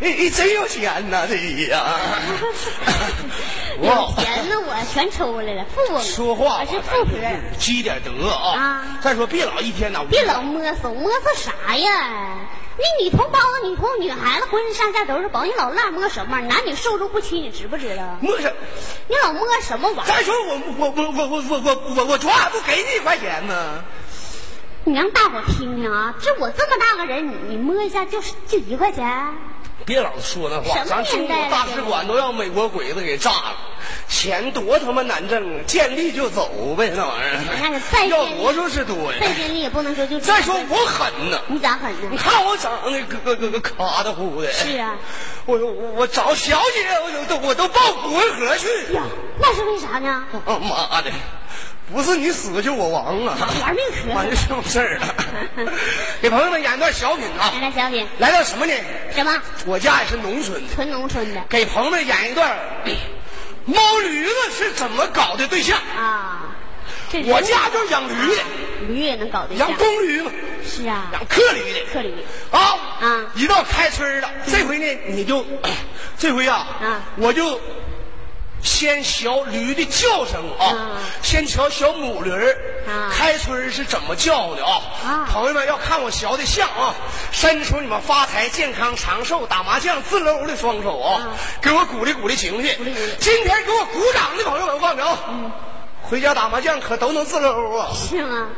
你你真有钱呐，这你
<laughs>
呀、
有钱呢，我全抽来了，富翁，
说话
我是富婆，
积点德啊！
啊
再说别老一天呐，
别老摸索，摸索啥呀？那女同胞、女同女孩子浑身上下都是宝，你老乱摸什么？男女授受不亲，你知不知道？
摸上。
你老摸什么玩意儿？
再说我我我我我我我我我昨晚不给你一块钱吗？
你让大伙听听啊！这我这么大个人，你你摸一下就是就一块钱，
别老说那话，
什么
咱中
年
国
代了
大使馆都让美国鬼子给炸了，钱多他妈难挣啊！见利就走呗，那玩意
那是
儿
再见
要多少是多呀。
再见你也不能说就
再说我狠呐，
你咋狠
你
呢？
看我长得咯咯咯卡的呼的，
是啊，
我我我找小姐，我都我都抱骨灰盒去。
呀，那是为啥呢？
啊妈的，不是你死就我亡啊！
玩命喝
完就上事儿
<laughs>
了。给朋友们演段小品啊
来，来，小品，
来到什么呢？
什么
我家也是农村的，
纯农村的
给朋友们演一段 <clears throat> 猫驴子是怎么搞的对象。
啊？这
我家就养驴的，
驴也能搞对象
养？公驴嘛，
是啊，
养克驴的。
克驴
啊
啊嗯
<clears throat> 一到开春儿了，这回呢，你就，这回呀、
啊
我就先学驴的叫声啊
嗯，
先瞧小母驴儿
啊
开春是怎么叫的啊
啊？
朋友们要看我学的像啊，伸出你们发财、健康、长寿、打麻将、自搂的双手啊
嗯，
给我鼓励鼓励情绪
鼓励鼓励。
今天给我鼓掌的朋友们放着啊，回家打麻将可都能自搂
<laughs>
啊。
是吗？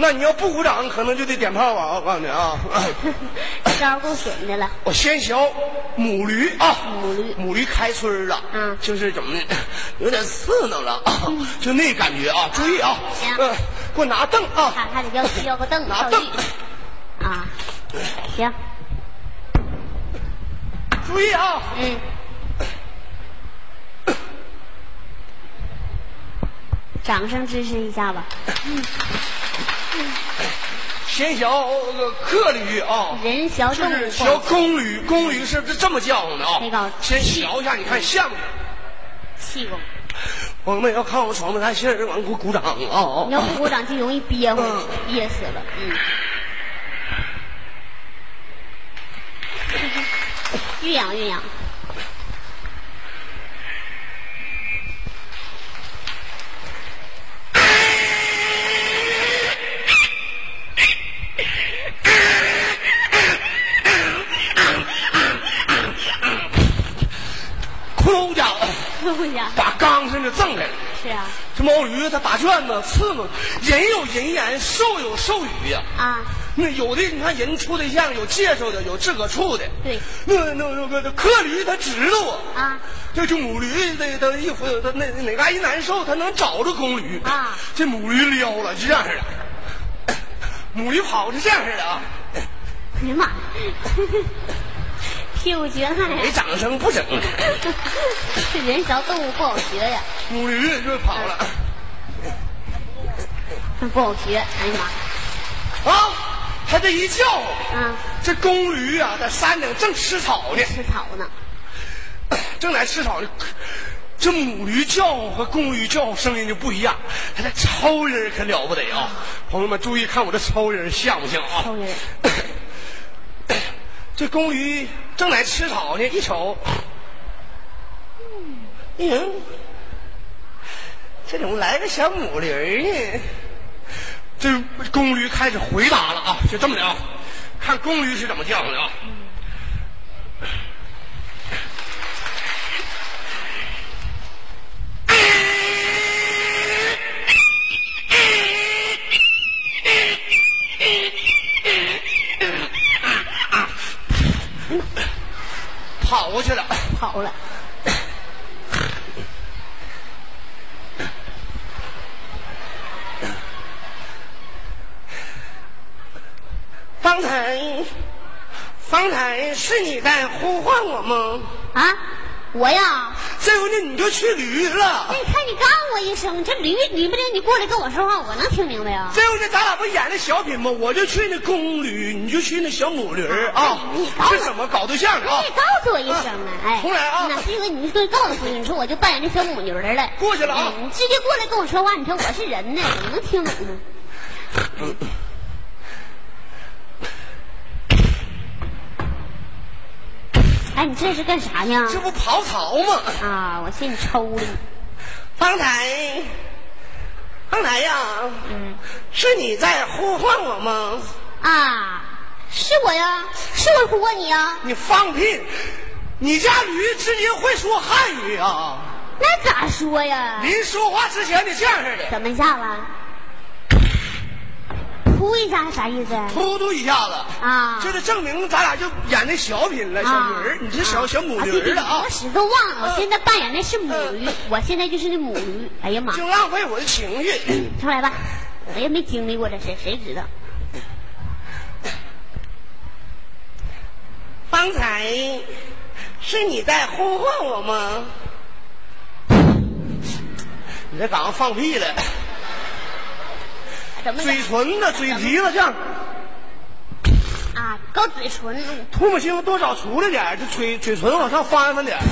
那你要不鼓掌，可能就得点炮啊！我告诉你
<laughs>
啊， <laughs>
招够损的了。
我先学母驴啊，
母驴
母驴开春儿了，
嗯
就是怎么呢，有点刺挠了啊，就那感觉啊，注意啊，
行
嗯，给我拿凳啊，
看还得要要个凳，
拿
道
凳
具，啊，行，
注意啊， <coughs>
嗯，掌声支持一下吧，
先学个客驴啊。
人小
就
动
是
物
学
逛
公驴，公驴是这么叫的啊
那个。
先学一下，你看像不？
气功，
朋友们要看我床不太信儿，完给我鼓掌啊！
你要不
<laughs>
鼓掌就容易憋回去，憋死了，嗯。酝酿酝酿，
窟家伙
一下，
把缸上就赠开了。
是啊，
这毛驴它打转子刺挠，人有人言，兽有兽语呀、
啊，
那有的你看人处对象有介绍的，有自个处的。
对
那那那个客驴它知道啊。
啊，
这就母驴它它一回它那哪嘎一难受，它能找着公驴
啊
这母驴撩了是这样式的，母驴跑是这样式的啊，
哎呀妈呀，屁股撅汗
没
呀！ <laughs>
掌声不整。
人小动物不好学呀，
母驴就跑了
不好学。哎呀妈，
啊，它这一叫，
啊，
这公驴啊在山顶正吃草呢。
吃草呢，
<coughs> 正在吃草呢，这母驴叫和公驴叫声音就不一样。它这超音儿可了不得啊！朋友们注意看我这超音儿像不像啊？
超音儿
<coughs> 这公驴正在吃草呢，一瞅，嗯，这怎么来个小母驴儿呢？这公驴开始回答了啊，就这么的啊，看公驴是怎么叫的啊。跑过去了。
跑了。
<coughs> 方才，方才是你在呼唤我吗？
啊，我呀，
这回呢，你就去驴了
那。你看你刚我一声，这驴驴不灵，你过来跟我说话，我能听明白啊呀？
这回呢，咱俩不演那小品吗？我就去那公驴，你就去那小母驴儿啊
你哎搞。我
这怎么搞对象
你
啊
得？告诉我一声啊！哎，
重来啊
哪是因为你就告诉我，你说我就扮演这小母驴儿了。
过去了啊
哎你直接过来跟我说话，你说我是人呢，我能听懂吗？哎，你这是干啥呢？
这不刨草吗？
啊，我寻你抽了你。
方才，方才呀，
嗯，
是你在呼唤我吗？
啊，是我呀，是我呼唤你呀。
你放屁！你家驴直接会说汉语啊！
那咋说呀？
临说话之前得这样式的，
怎么一下了？扑一下是啥意思？
突突一下子。
啊，
这就证明咱俩就演那小品了，小驴儿，你这小小母驴儿了
啊！
啊呃
我，始终忘了，
嗯
我现在扮演的是母驴，我现在就是那母驴。哎呀妈，
净浪费我的情绪。
上来吧，我也没经历过这事，谁知道？
方才是你在呼唤我吗？你这赶上放屁了，
怎么
嘴唇子、嘴皮子这样，
啊？高嘴唇，
唾沫星子多少出来点儿，这嘴嘴唇往上翻翻点儿。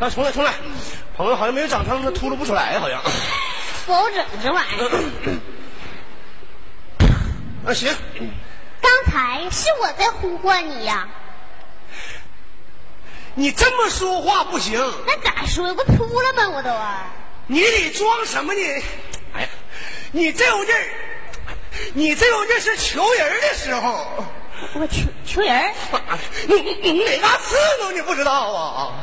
来，重来，重来。朋友好像没有掌声，他秃噜不出来，好像。
不好整这玩意儿。
啊，行，
刚才是我在呼唤你呀、
你这么说话不行，
那咋说呀？我秃了吧，我都啊！
你得装什么呢？哎呀，你这有劲儿，你这有劲儿是求人儿的时候，
我求求人儿
妈的你你你哪嘎刺挠你不知道啊？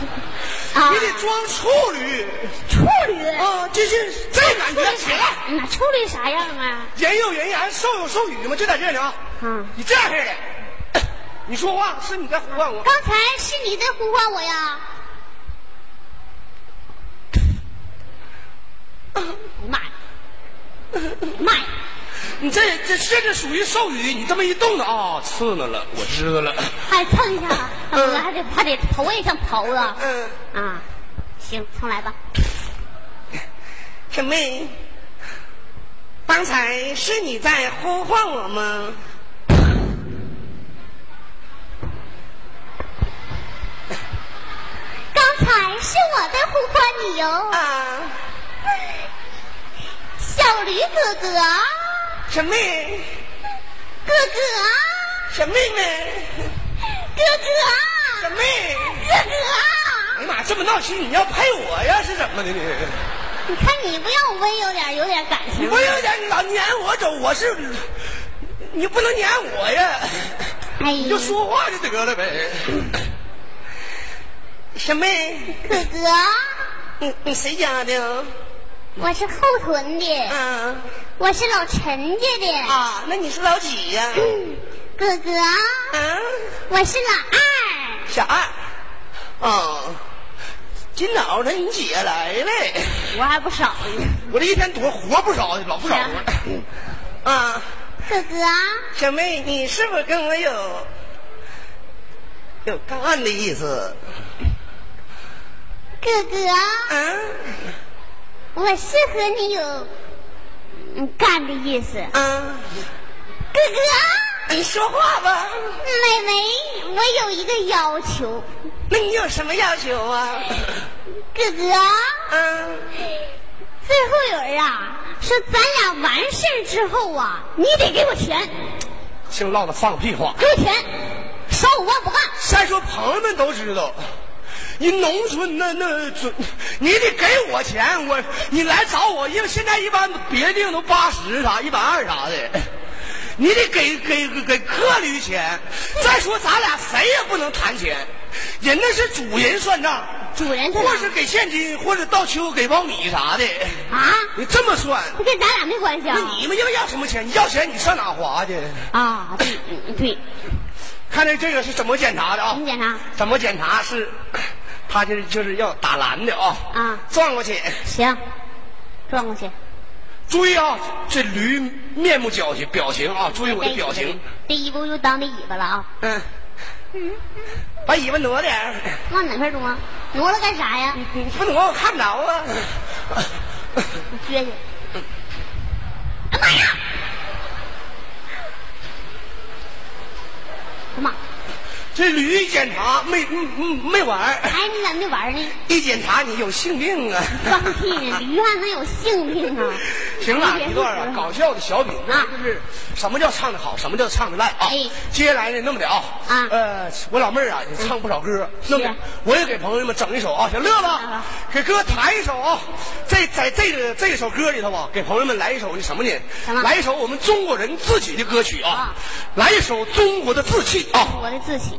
<laughs> 啊
你，得装处女
处女，
啊，这是这感
处
觉
女
起
啥
来。
样？那处女啥样啊？
人有人言，兽有兽语嘛，就在这里啊。
嗯，
你这样式的， <coughs> 你说话是你在呼唤我，
刚才是你在呼唤我呀！哎呀妈呀！哎呀妈呀！
你这这这是属于兽语，你这么一动的啊，刺挠了，我知道了。
还蹭一下，怎么了？还得还得头也像刨子
嗯，
啊！行，重来吧。
小妹，刚才是你在呼唤我吗？
刚才是我在呼唤你哟，
啊，
小驴哥哥，
小妹，
哥哥，
小妹妹，
哥啊
小
哥，
妹，
哥啊
哎
哥。
呀妈，这么闹心，你要配我呀？是怎么的呢？
你看你不要温柔点，有点感
你
情
不。有点老撵我走，我是你不能撵我呀。
哎
你
呀
就，说话就得了呗。小妹，
哥哥，
你你嗯谁家的？
我是后屯的，
啊
我是老陈家的。嗯
啊，那你是老几呀、
哥哥，
啊？
我是老二。
小二。啊，今早晨你姐来了，
我还不少呢。
我这一天多活不少，老不少活。啊，
哥哥，
小妹，你是不是跟我有有干的意思？
哥哥。
啊，
我是和你有嗯干的意思，
啊，
哥哥，
你说话吧。
妹妹，我有一个要求，
那你有什么要求啊？
哥哥，
啊，
最后有人啊说咱俩完事儿之后啊，你得给我钱，
净唠那放屁话。
给我钱，少五万不干，
再说朋友们都知道，你农村那那准，你得给我钱，我你来找我，因为现在一般别的地方都八十啥、一百二啥的，你得给给给给客驴钱。再说咱俩谁也不能谈钱，人那是主人算账，
主人他
或
俩
是给现金，或者到秋给苞米啥的，
啊，
你这么算。
这跟咱俩没关系啊
那你们要要什么钱？你要钱你上哪花去？
啊，对嗯对，
看这这个是怎么检查的啊
怎？么检查？
怎么检查是，他这就是要打蓝的啊、
啊
转过去，
行，转过去，
注意啊，这驴面目表情表情啊，注意我的表情，
这一步又当这尾巴了啊，
嗯，把尾巴挪点儿
往哪块挪？啊挪了干啥呀？
你不挪我看不着啊，嗯
我撅去。哎妈呀！哎妈！
这驴一检查没没没玩儿，
哎，你咋没玩呢？
一检查你有性病啊，
放屁呢！驴还能有性病啊？ <laughs>
行了，一段啊，搞笑的小品
啊
就是什么叫唱的好，什么叫唱的烂啊
哎。
接下来呢，那么的啊，
啊嗯
呃，我老妹儿啊也唱不少歌，那么
是
我也给朋友们整一首啊，小乐子
好啊，
给哥弹一首啊。这在这个这首歌里头啊，给朋友们来一首那什么呢
什么？
来一首我们中国人自己的歌曲啊
啊，
来一首中国的自气啊。
我的自己。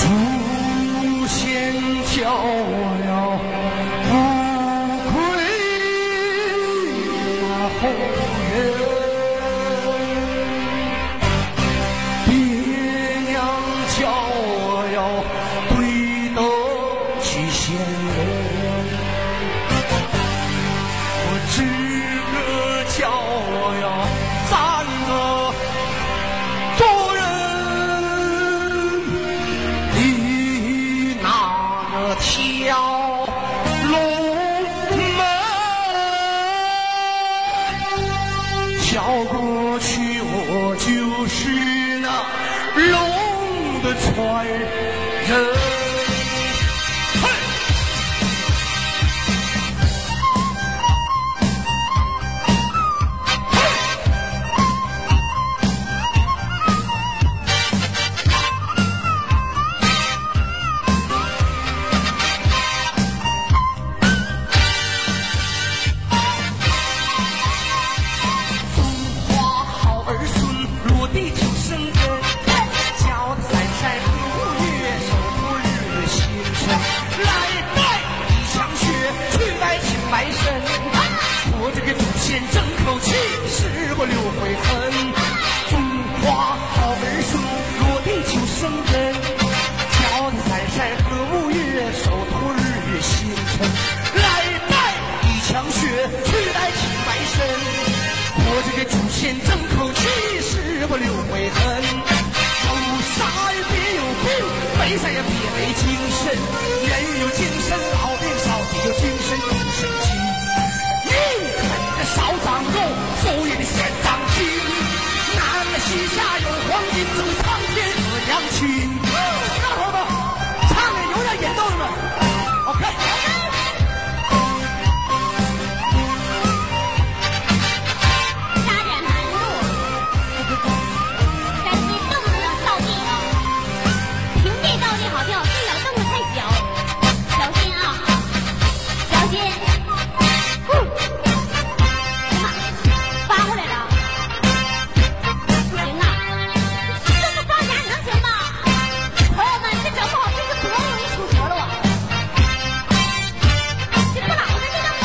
祖先教我要不愧那后人，爹娘教我要对得起先人，我志哥教我要站得做人。你那个条龙门，跳过去我就是那龙的
个传人。嘿
中华好儿孙，落地求生根，脚踩在流月，手托日月星辰，来拜李强学，去拜秦白参，活着给祖先争口气，死过六回坟。中华好儿孙，落地求生根，脚踩在和睦月，手托日月星辰，来拜李强学，去拜秦白参。活着给祖先争口气，十八六回痕。有啥也别有病，没啥也别没精神。人有精神，老变少；你有精神，有神气。一啃的少长肉，手也得显当筋。南西下有黄金，走苍天子娘亲。大伙儿们，唱的有点演奏了吗？OK。
加点难度，但是凳子要倒地啊，平地倒地好跳，这小凳子太小，小心啊，小心！呼，哎呀妈，翻过来了，不行啊，这个放假能行吗？朋友们，这整不好这是多容易出折了我，这不老实这凳子。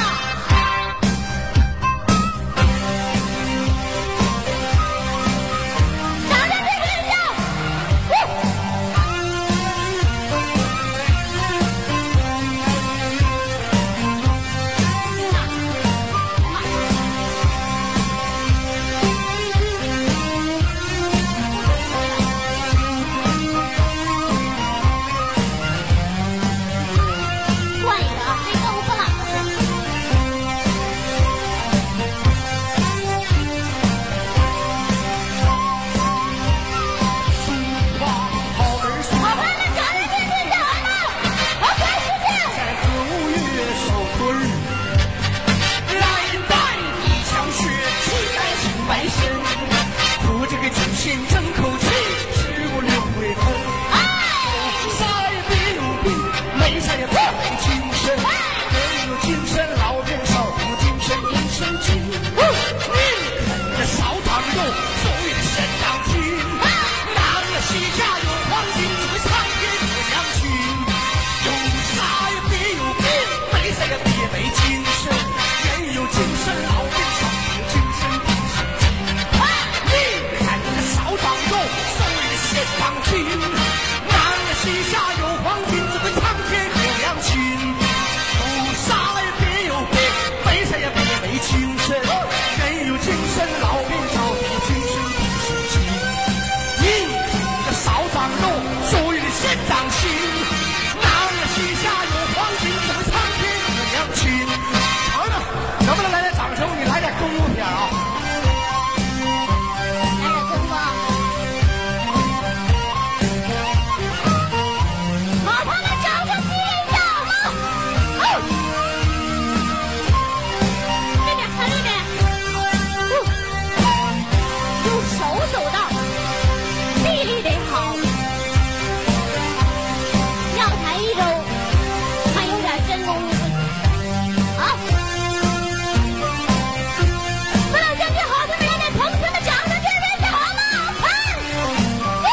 长在这个上，换一个啊，这动物不老实。好看的长在这是怎么了？我快出去！
在五月守春，来拜李强学，去拜秦白参，活着给祖先争口气，吃过六回荤。有啥也别有病，没啥也别没精神。人有精神，老人少；有精神，有神气。你啃着少长肉，手也得伸长筋。南了西下有黄金，左上边有羊群。有啥也别有病，没啥也别没精神。人有精神，老人少；有精神，有神气。你看那少长肉，手里的线当军，南了西下有黄金，怎么苍天有良心？有啥也别有病，没啥也别没精神。人有精神，老病少；有精神，有神气。你看那少长肉，手里的线当心，南了西下有黄金，怎么苍天有良心？朋友们，能不能来点掌声？你来点功夫片啊！
来点功夫。好他们掌声击掌了。哦，这边，看这边。哦，用手走道，臂力得好。绕台一周，还有点真功夫。好。我老将军好，咱们来点腾腾的掌声，这边是好吗？好看。哦哎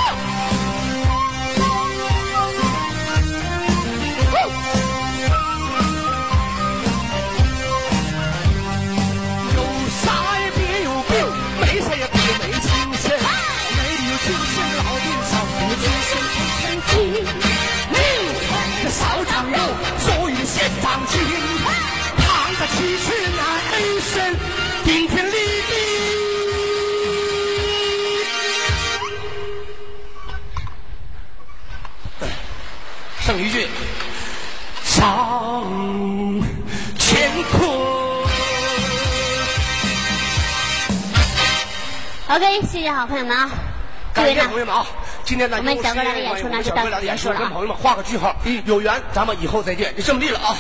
有啥也别有病，没啥也别没精神。没有精神老病少，有精神有神气。你看这少长肉，手里的线长筋。扛得起去难安身，顶天立地。
剩一句，
上乾坤。
OK，谢谢好朋友们啊，各
感
位
谢
呢
朋友们啊！今天咱
我们整个的演出呢就到此结束了啊
跟
嗯
朋友们画个句号。有缘，咱们以后再见。就这么地了啊。